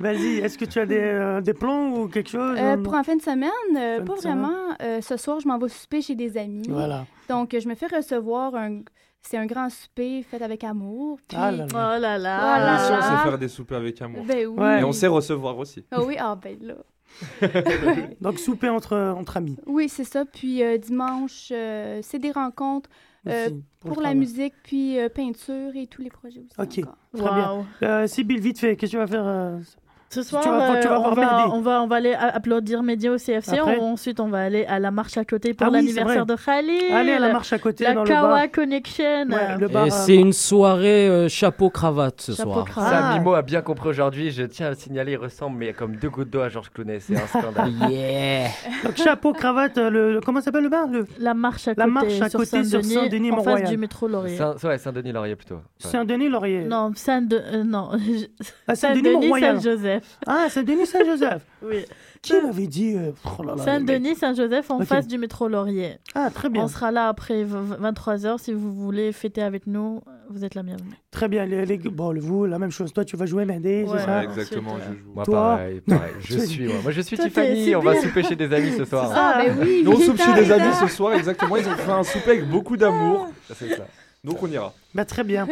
[SPEAKER 5] Vas-y, est-ce que tu as des, euh, des plans ou quelque chose
[SPEAKER 10] Euh,
[SPEAKER 5] hein
[SPEAKER 10] pour en fin de semaine, euh,
[SPEAKER 5] Fin de
[SPEAKER 10] pas
[SPEAKER 5] semaine.
[SPEAKER 10] vraiment. Euh, ce soir, je m'en vais souper chez des amis.
[SPEAKER 5] Voilà.
[SPEAKER 10] Donc, euh, je me fais recevoir un. C'est un grand souper fait avec amour. puis-
[SPEAKER 11] Ah là là.
[SPEAKER 1] Oh là là.
[SPEAKER 10] Oh là
[SPEAKER 11] L'émission,
[SPEAKER 10] là.
[SPEAKER 11] c'est faire des soupers avec amour.
[SPEAKER 10] Ben oui. Ouais.
[SPEAKER 11] Et on sait recevoir aussi.
[SPEAKER 10] Ah oui, ah ben là.
[SPEAKER 5] Donc, souper entre, entre amis.
[SPEAKER 10] Oui, c'est ça. Puis euh, dimanche, euh, c'est des rencontres euh,
[SPEAKER 5] Aussi, pour
[SPEAKER 10] pour,
[SPEAKER 5] le
[SPEAKER 10] la
[SPEAKER 5] travail.
[SPEAKER 10] musique, puis euh, peinture et tous les projets aussi.
[SPEAKER 5] Ok, très
[SPEAKER 1] Wow.
[SPEAKER 5] bien. Euh, Sybille, vite fait, qu'est-ce que tu vas faire euh,
[SPEAKER 1] Ce soir,
[SPEAKER 5] tu vas,
[SPEAKER 1] euh,
[SPEAKER 5] tu vas
[SPEAKER 1] on,
[SPEAKER 5] voir
[SPEAKER 1] va,
[SPEAKER 5] Mehdi.
[SPEAKER 1] on, va, on va aller a- applaudir Mehdi au CFC.
[SPEAKER 5] Après.
[SPEAKER 1] On- ensuite, on va aller à la marche à côté pour
[SPEAKER 5] Ah oui,
[SPEAKER 1] l'anniversaire
[SPEAKER 5] c'est
[SPEAKER 1] de Khalil.
[SPEAKER 5] Allez à la marche à côté,
[SPEAKER 1] La
[SPEAKER 5] dans le
[SPEAKER 1] Kawa
[SPEAKER 5] bar.
[SPEAKER 1] Connection.
[SPEAKER 5] le euh,
[SPEAKER 3] Et c'est une soirée euh, chapeau-cravate ce
[SPEAKER 8] Oh,
[SPEAKER 3] soir.
[SPEAKER 6] Ça, Mimo a bien compris aujourd'hui. Je tiens à le signaler, il ressemble mais comme deux gouttes d'eau à Georges Clooney. C'est un scandale.
[SPEAKER 3] yeah
[SPEAKER 5] Donc, chapeau, cravate, euh, le, le- comment s'appelle le bar le...
[SPEAKER 1] La marche à
[SPEAKER 5] La
[SPEAKER 1] côté,
[SPEAKER 5] marche à
[SPEAKER 1] sur
[SPEAKER 5] côté sur
[SPEAKER 1] Saint-Denis,
[SPEAKER 5] Saint-Denis,
[SPEAKER 1] en face
[SPEAKER 5] Mont-Royal.
[SPEAKER 1] du métro Laurier.
[SPEAKER 6] Saint, ouais, Saint-Denis Laurier plutôt. Ouais.
[SPEAKER 5] Saint-Denis, Laurier.
[SPEAKER 1] Non, Saint-Denis, non.
[SPEAKER 5] Ah, Saint-Denis,
[SPEAKER 1] Saint-Denis,
[SPEAKER 5] Mont-Royal.
[SPEAKER 1] Saint-Joseph.
[SPEAKER 5] Ah, Saint-Denis, Saint-Joseph.
[SPEAKER 1] Oui.
[SPEAKER 5] Qui m'avait dit euh, oh là là, les mecs.
[SPEAKER 1] Saint-Denis, Saint-Joseph, en
[SPEAKER 5] Ok.
[SPEAKER 1] face du métro Laurier.
[SPEAKER 5] Ah, très bien.
[SPEAKER 1] On sera là après 23h. Si vous voulez fêter avec nous, vous êtes la bienvenue.
[SPEAKER 5] Très bien, les, les- bon, le- vous, la même chose. Toi, tu vas jouer Mehdi,
[SPEAKER 1] Ouais,
[SPEAKER 5] c'est ça
[SPEAKER 11] exactement, je joue.
[SPEAKER 6] Moi,
[SPEAKER 5] Toi
[SPEAKER 6] Ah, pareil, pareil. Je suis, ouais. moi, je suis
[SPEAKER 5] Toi, t'es-
[SPEAKER 6] Tiffany.
[SPEAKER 5] c'est
[SPEAKER 6] On va
[SPEAKER 5] bien.
[SPEAKER 6] souper chez des amis ce soir.
[SPEAKER 5] ça. Ah, ben oui,
[SPEAKER 11] Nous, on
[SPEAKER 5] il est
[SPEAKER 11] soupe
[SPEAKER 5] tard,
[SPEAKER 11] chez des
[SPEAKER 5] il est
[SPEAKER 11] amis
[SPEAKER 5] tard.
[SPEAKER 11] ce soir, exactement. Ils ont fait un souper avec
[SPEAKER 5] Ah.
[SPEAKER 11] beaucoup d'amour. Donc on ira.
[SPEAKER 5] Bah, très bien.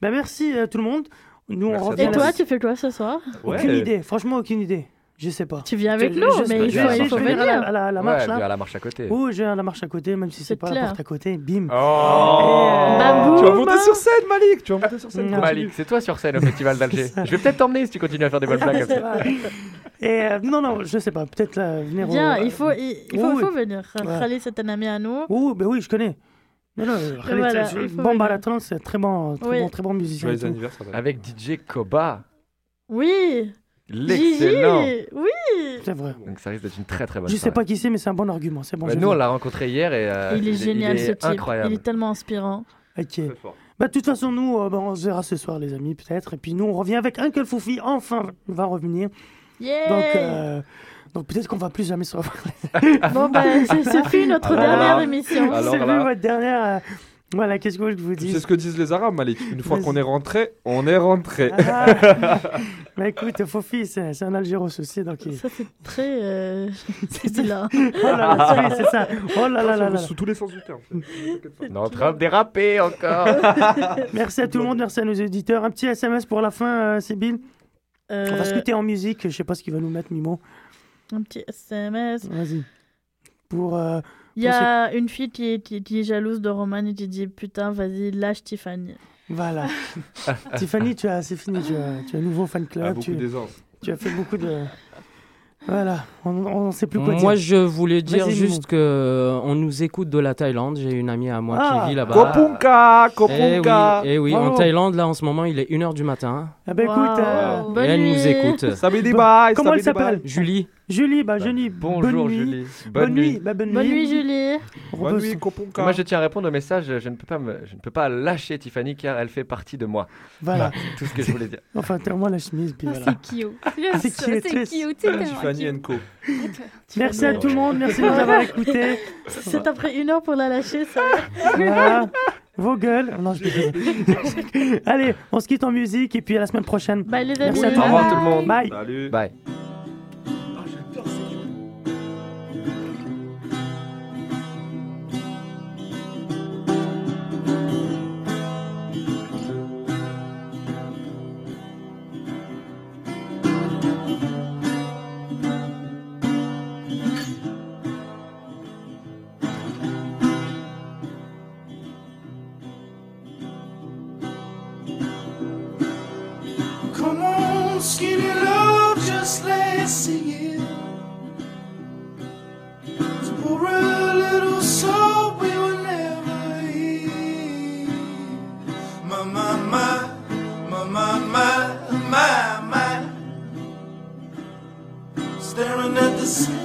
[SPEAKER 5] bah, merci euh, tout le monde. Nous, on revient.
[SPEAKER 1] Et toi,
[SPEAKER 5] là-
[SPEAKER 1] tu fais quoi ce soir
[SPEAKER 5] Aucune idée, franchement, aucune idée. Je sais pas.
[SPEAKER 1] Tu viens avec
[SPEAKER 5] Je-
[SPEAKER 1] nous,
[SPEAKER 5] je-
[SPEAKER 1] mais
[SPEAKER 5] je-
[SPEAKER 1] il
[SPEAKER 5] je-
[SPEAKER 1] faut-
[SPEAKER 5] je-
[SPEAKER 1] il
[SPEAKER 5] je
[SPEAKER 1] faut
[SPEAKER 5] vais venir à la-
[SPEAKER 1] venir.
[SPEAKER 5] à la, à la
[SPEAKER 6] Ouais,
[SPEAKER 5] marche
[SPEAKER 6] viens
[SPEAKER 5] là.
[SPEAKER 6] à la marche à côté.
[SPEAKER 5] Oh, je vais à la marche à côté, même si c'est pas la
[SPEAKER 6] clair.
[SPEAKER 5] porte à côté. Bim.
[SPEAKER 1] euh,
[SPEAKER 6] Oh.
[SPEAKER 11] tu vas monter sur scène, Malik Tu vas monter sur scène.
[SPEAKER 5] Non.
[SPEAKER 6] Malik, c'est toi sur scène au Festival d'Alger. Je vais peut-être t'emmener si tu continues à faire des
[SPEAKER 5] Ah,
[SPEAKER 6] bonnes blagues comme ça.
[SPEAKER 5] Et euh, non, non, je sais pas. Peut-être là, venir. au-
[SPEAKER 1] Viens, il faut, il, il faut,
[SPEAKER 5] Oui,
[SPEAKER 1] il faut
[SPEAKER 5] oui.
[SPEAKER 1] venir.
[SPEAKER 5] Ouais.
[SPEAKER 1] Khalil, c'est un ami à nous.
[SPEAKER 5] Oh, ben oui, je connais. Non, non, Khalid,
[SPEAKER 1] voilà,
[SPEAKER 5] c'est-
[SPEAKER 1] il faut
[SPEAKER 5] bon
[SPEAKER 1] venir.
[SPEAKER 5] balatran, c'est très bon, très
[SPEAKER 1] Oui.
[SPEAKER 5] bon, très bon musicien. et tout.
[SPEAKER 6] Avec DJ Koba.
[SPEAKER 1] Oui.
[SPEAKER 6] L'excellent.
[SPEAKER 1] Gigi, oui.
[SPEAKER 5] C'est vrai.
[SPEAKER 6] Donc ça risque d'être une très très bonne
[SPEAKER 5] Je sais
[SPEAKER 6] soirée.
[SPEAKER 5] pas qui c'est, mais c'est un bon argument. C'est bon.
[SPEAKER 6] Bah,
[SPEAKER 5] je
[SPEAKER 6] nous, on
[SPEAKER 5] viens.
[SPEAKER 6] l'a rencontré hier et euh,
[SPEAKER 1] il est génial
[SPEAKER 6] il
[SPEAKER 1] ce
[SPEAKER 6] est
[SPEAKER 1] type.
[SPEAKER 6] Incroyable.
[SPEAKER 1] Il est tellement inspirant.
[SPEAKER 5] Ok. Bah, de toute façon, nous, euh, bah, on se verra ce soir, les amis, peut-être. Et puis, nous, on revient avec Uncle Foufi. Enfin, il va revenir.
[SPEAKER 1] Yeah.
[SPEAKER 5] Donc, euh, donc peut-être qu'on va plus jamais se reparler.
[SPEAKER 1] Bon, bah, ce- ce fut notre
[SPEAKER 5] Alors
[SPEAKER 1] dernière
[SPEAKER 5] là.
[SPEAKER 1] émission.
[SPEAKER 11] Alors
[SPEAKER 5] C'est
[SPEAKER 11] là.
[SPEAKER 5] vu votre dernière. euh, Voilà, qu'est-ce que vous voulez que je vous
[SPEAKER 11] Tu sais
[SPEAKER 5] dise
[SPEAKER 11] ce que disent les Arabes, Malik. Une fois
[SPEAKER 5] Vas-y.
[SPEAKER 11] qu'on est rentré, on est rentré.
[SPEAKER 5] Bah écoute, Fofi, c'est c'est un Algéro aussi, donc il-
[SPEAKER 1] Ça, c'est très. euh, c'est dit là.
[SPEAKER 5] Oh là là, oui, c'est ça. Oh là là là là.
[SPEAKER 11] Sous tous les sens du terme.
[SPEAKER 6] On est en train de déraper encore. Ah.
[SPEAKER 5] Merci à tout le monde, merci à nos auditeurs. Un petit SMS pour la fin, euh, Sybille. On va se quitter en musique, je sais pas ce qu'il va nous mettre, Mimo.
[SPEAKER 1] Euh, Un petit SMS.
[SPEAKER 5] Vas-y. Pour. euh,
[SPEAKER 1] Il y a une fille qui est, qui- qui est jalouse de Roman et qui dit Putain, vas-y, lâche Tiffany.
[SPEAKER 5] Voilà. Tiffany, tu as, c'est fini, tu as, tu as un nouveau fan club.
[SPEAKER 11] Ah, beaucoup
[SPEAKER 5] tu,
[SPEAKER 11] d'aisance.
[SPEAKER 5] tu as fait beaucoup de. Voilà, on ne sait plus quoi dire.
[SPEAKER 8] Moi, je voulais dire
[SPEAKER 5] Vas-y,
[SPEAKER 8] juste que euh, on nous écoute de la Thaïlande. J'ai une amie à moi
[SPEAKER 5] Ah.
[SPEAKER 8] qui vit là-bas.
[SPEAKER 11] Kopunka,
[SPEAKER 8] Eh oui,
[SPEAKER 11] Kopunka.
[SPEAKER 8] eh oui, en
[SPEAKER 11] Bravo.
[SPEAKER 8] Thaïlande, là, en ce moment, il est 1h du matin.
[SPEAKER 5] Ah bah écoute, euh,
[SPEAKER 8] et elle nous écoute.
[SPEAKER 11] Sabidi bye,
[SPEAKER 8] Comment elle
[SPEAKER 11] sabidi bye.
[SPEAKER 8] s'appelle Julie.
[SPEAKER 5] Julie, bah Julie.
[SPEAKER 6] Bonjour
[SPEAKER 5] bonne nuit.
[SPEAKER 6] Julie.
[SPEAKER 5] Bonne, nuit. bah, bonne, nuit.
[SPEAKER 6] Bonne
[SPEAKER 5] Repose-
[SPEAKER 6] nuit,
[SPEAKER 5] Kopunka.
[SPEAKER 6] Moi, je tiens à répondre au message. Je ne peux pas, me- je ne peux pas lâcher Tiffany car elle fait partie de moi.
[SPEAKER 5] Voilà.
[SPEAKER 6] C'est tout ce que je voulais dire.
[SPEAKER 5] Enfin, tire-moi la chemise, puis
[SPEAKER 6] Ah,
[SPEAKER 5] voilà.
[SPEAKER 10] c'est cute.
[SPEAKER 5] C'est
[SPEAKER 10] C'est
[SPEAKER 5] cute, c'est
[SPEAKER 10] cute, c'est tellement
[SPEAKER 11] Tiffany and Co.
[SPEAKER 5] Merci à tout le monde, merci de nous avoir écoutés.
[SPEAKER 1] C'est après une heure pour la lâcher, ça.
[SPEAKER 5] Voilà. Vos gueules. Non, je déconne. Allez, on se quitte en musique et puis à la semaine prochaine.
[SPEAKER 1] Bye Bah, les
[SPEAKER 5] Merci
[SPEAKER 1] amis.
[SPEAKER 5] à
[SPEAKER 1] Au revoir
[SPEAKER 6] tout le monde.
[SPEAKER 5] Bye.
[SPEAKER 11] Salut.
[SPEAKER 6] Bye.
[SPEAKER 13] Come on, skinny love, just let's sing it. So pour a little soul we will never hear. My, my, my, my, my, my, my, my. Staring at the sky.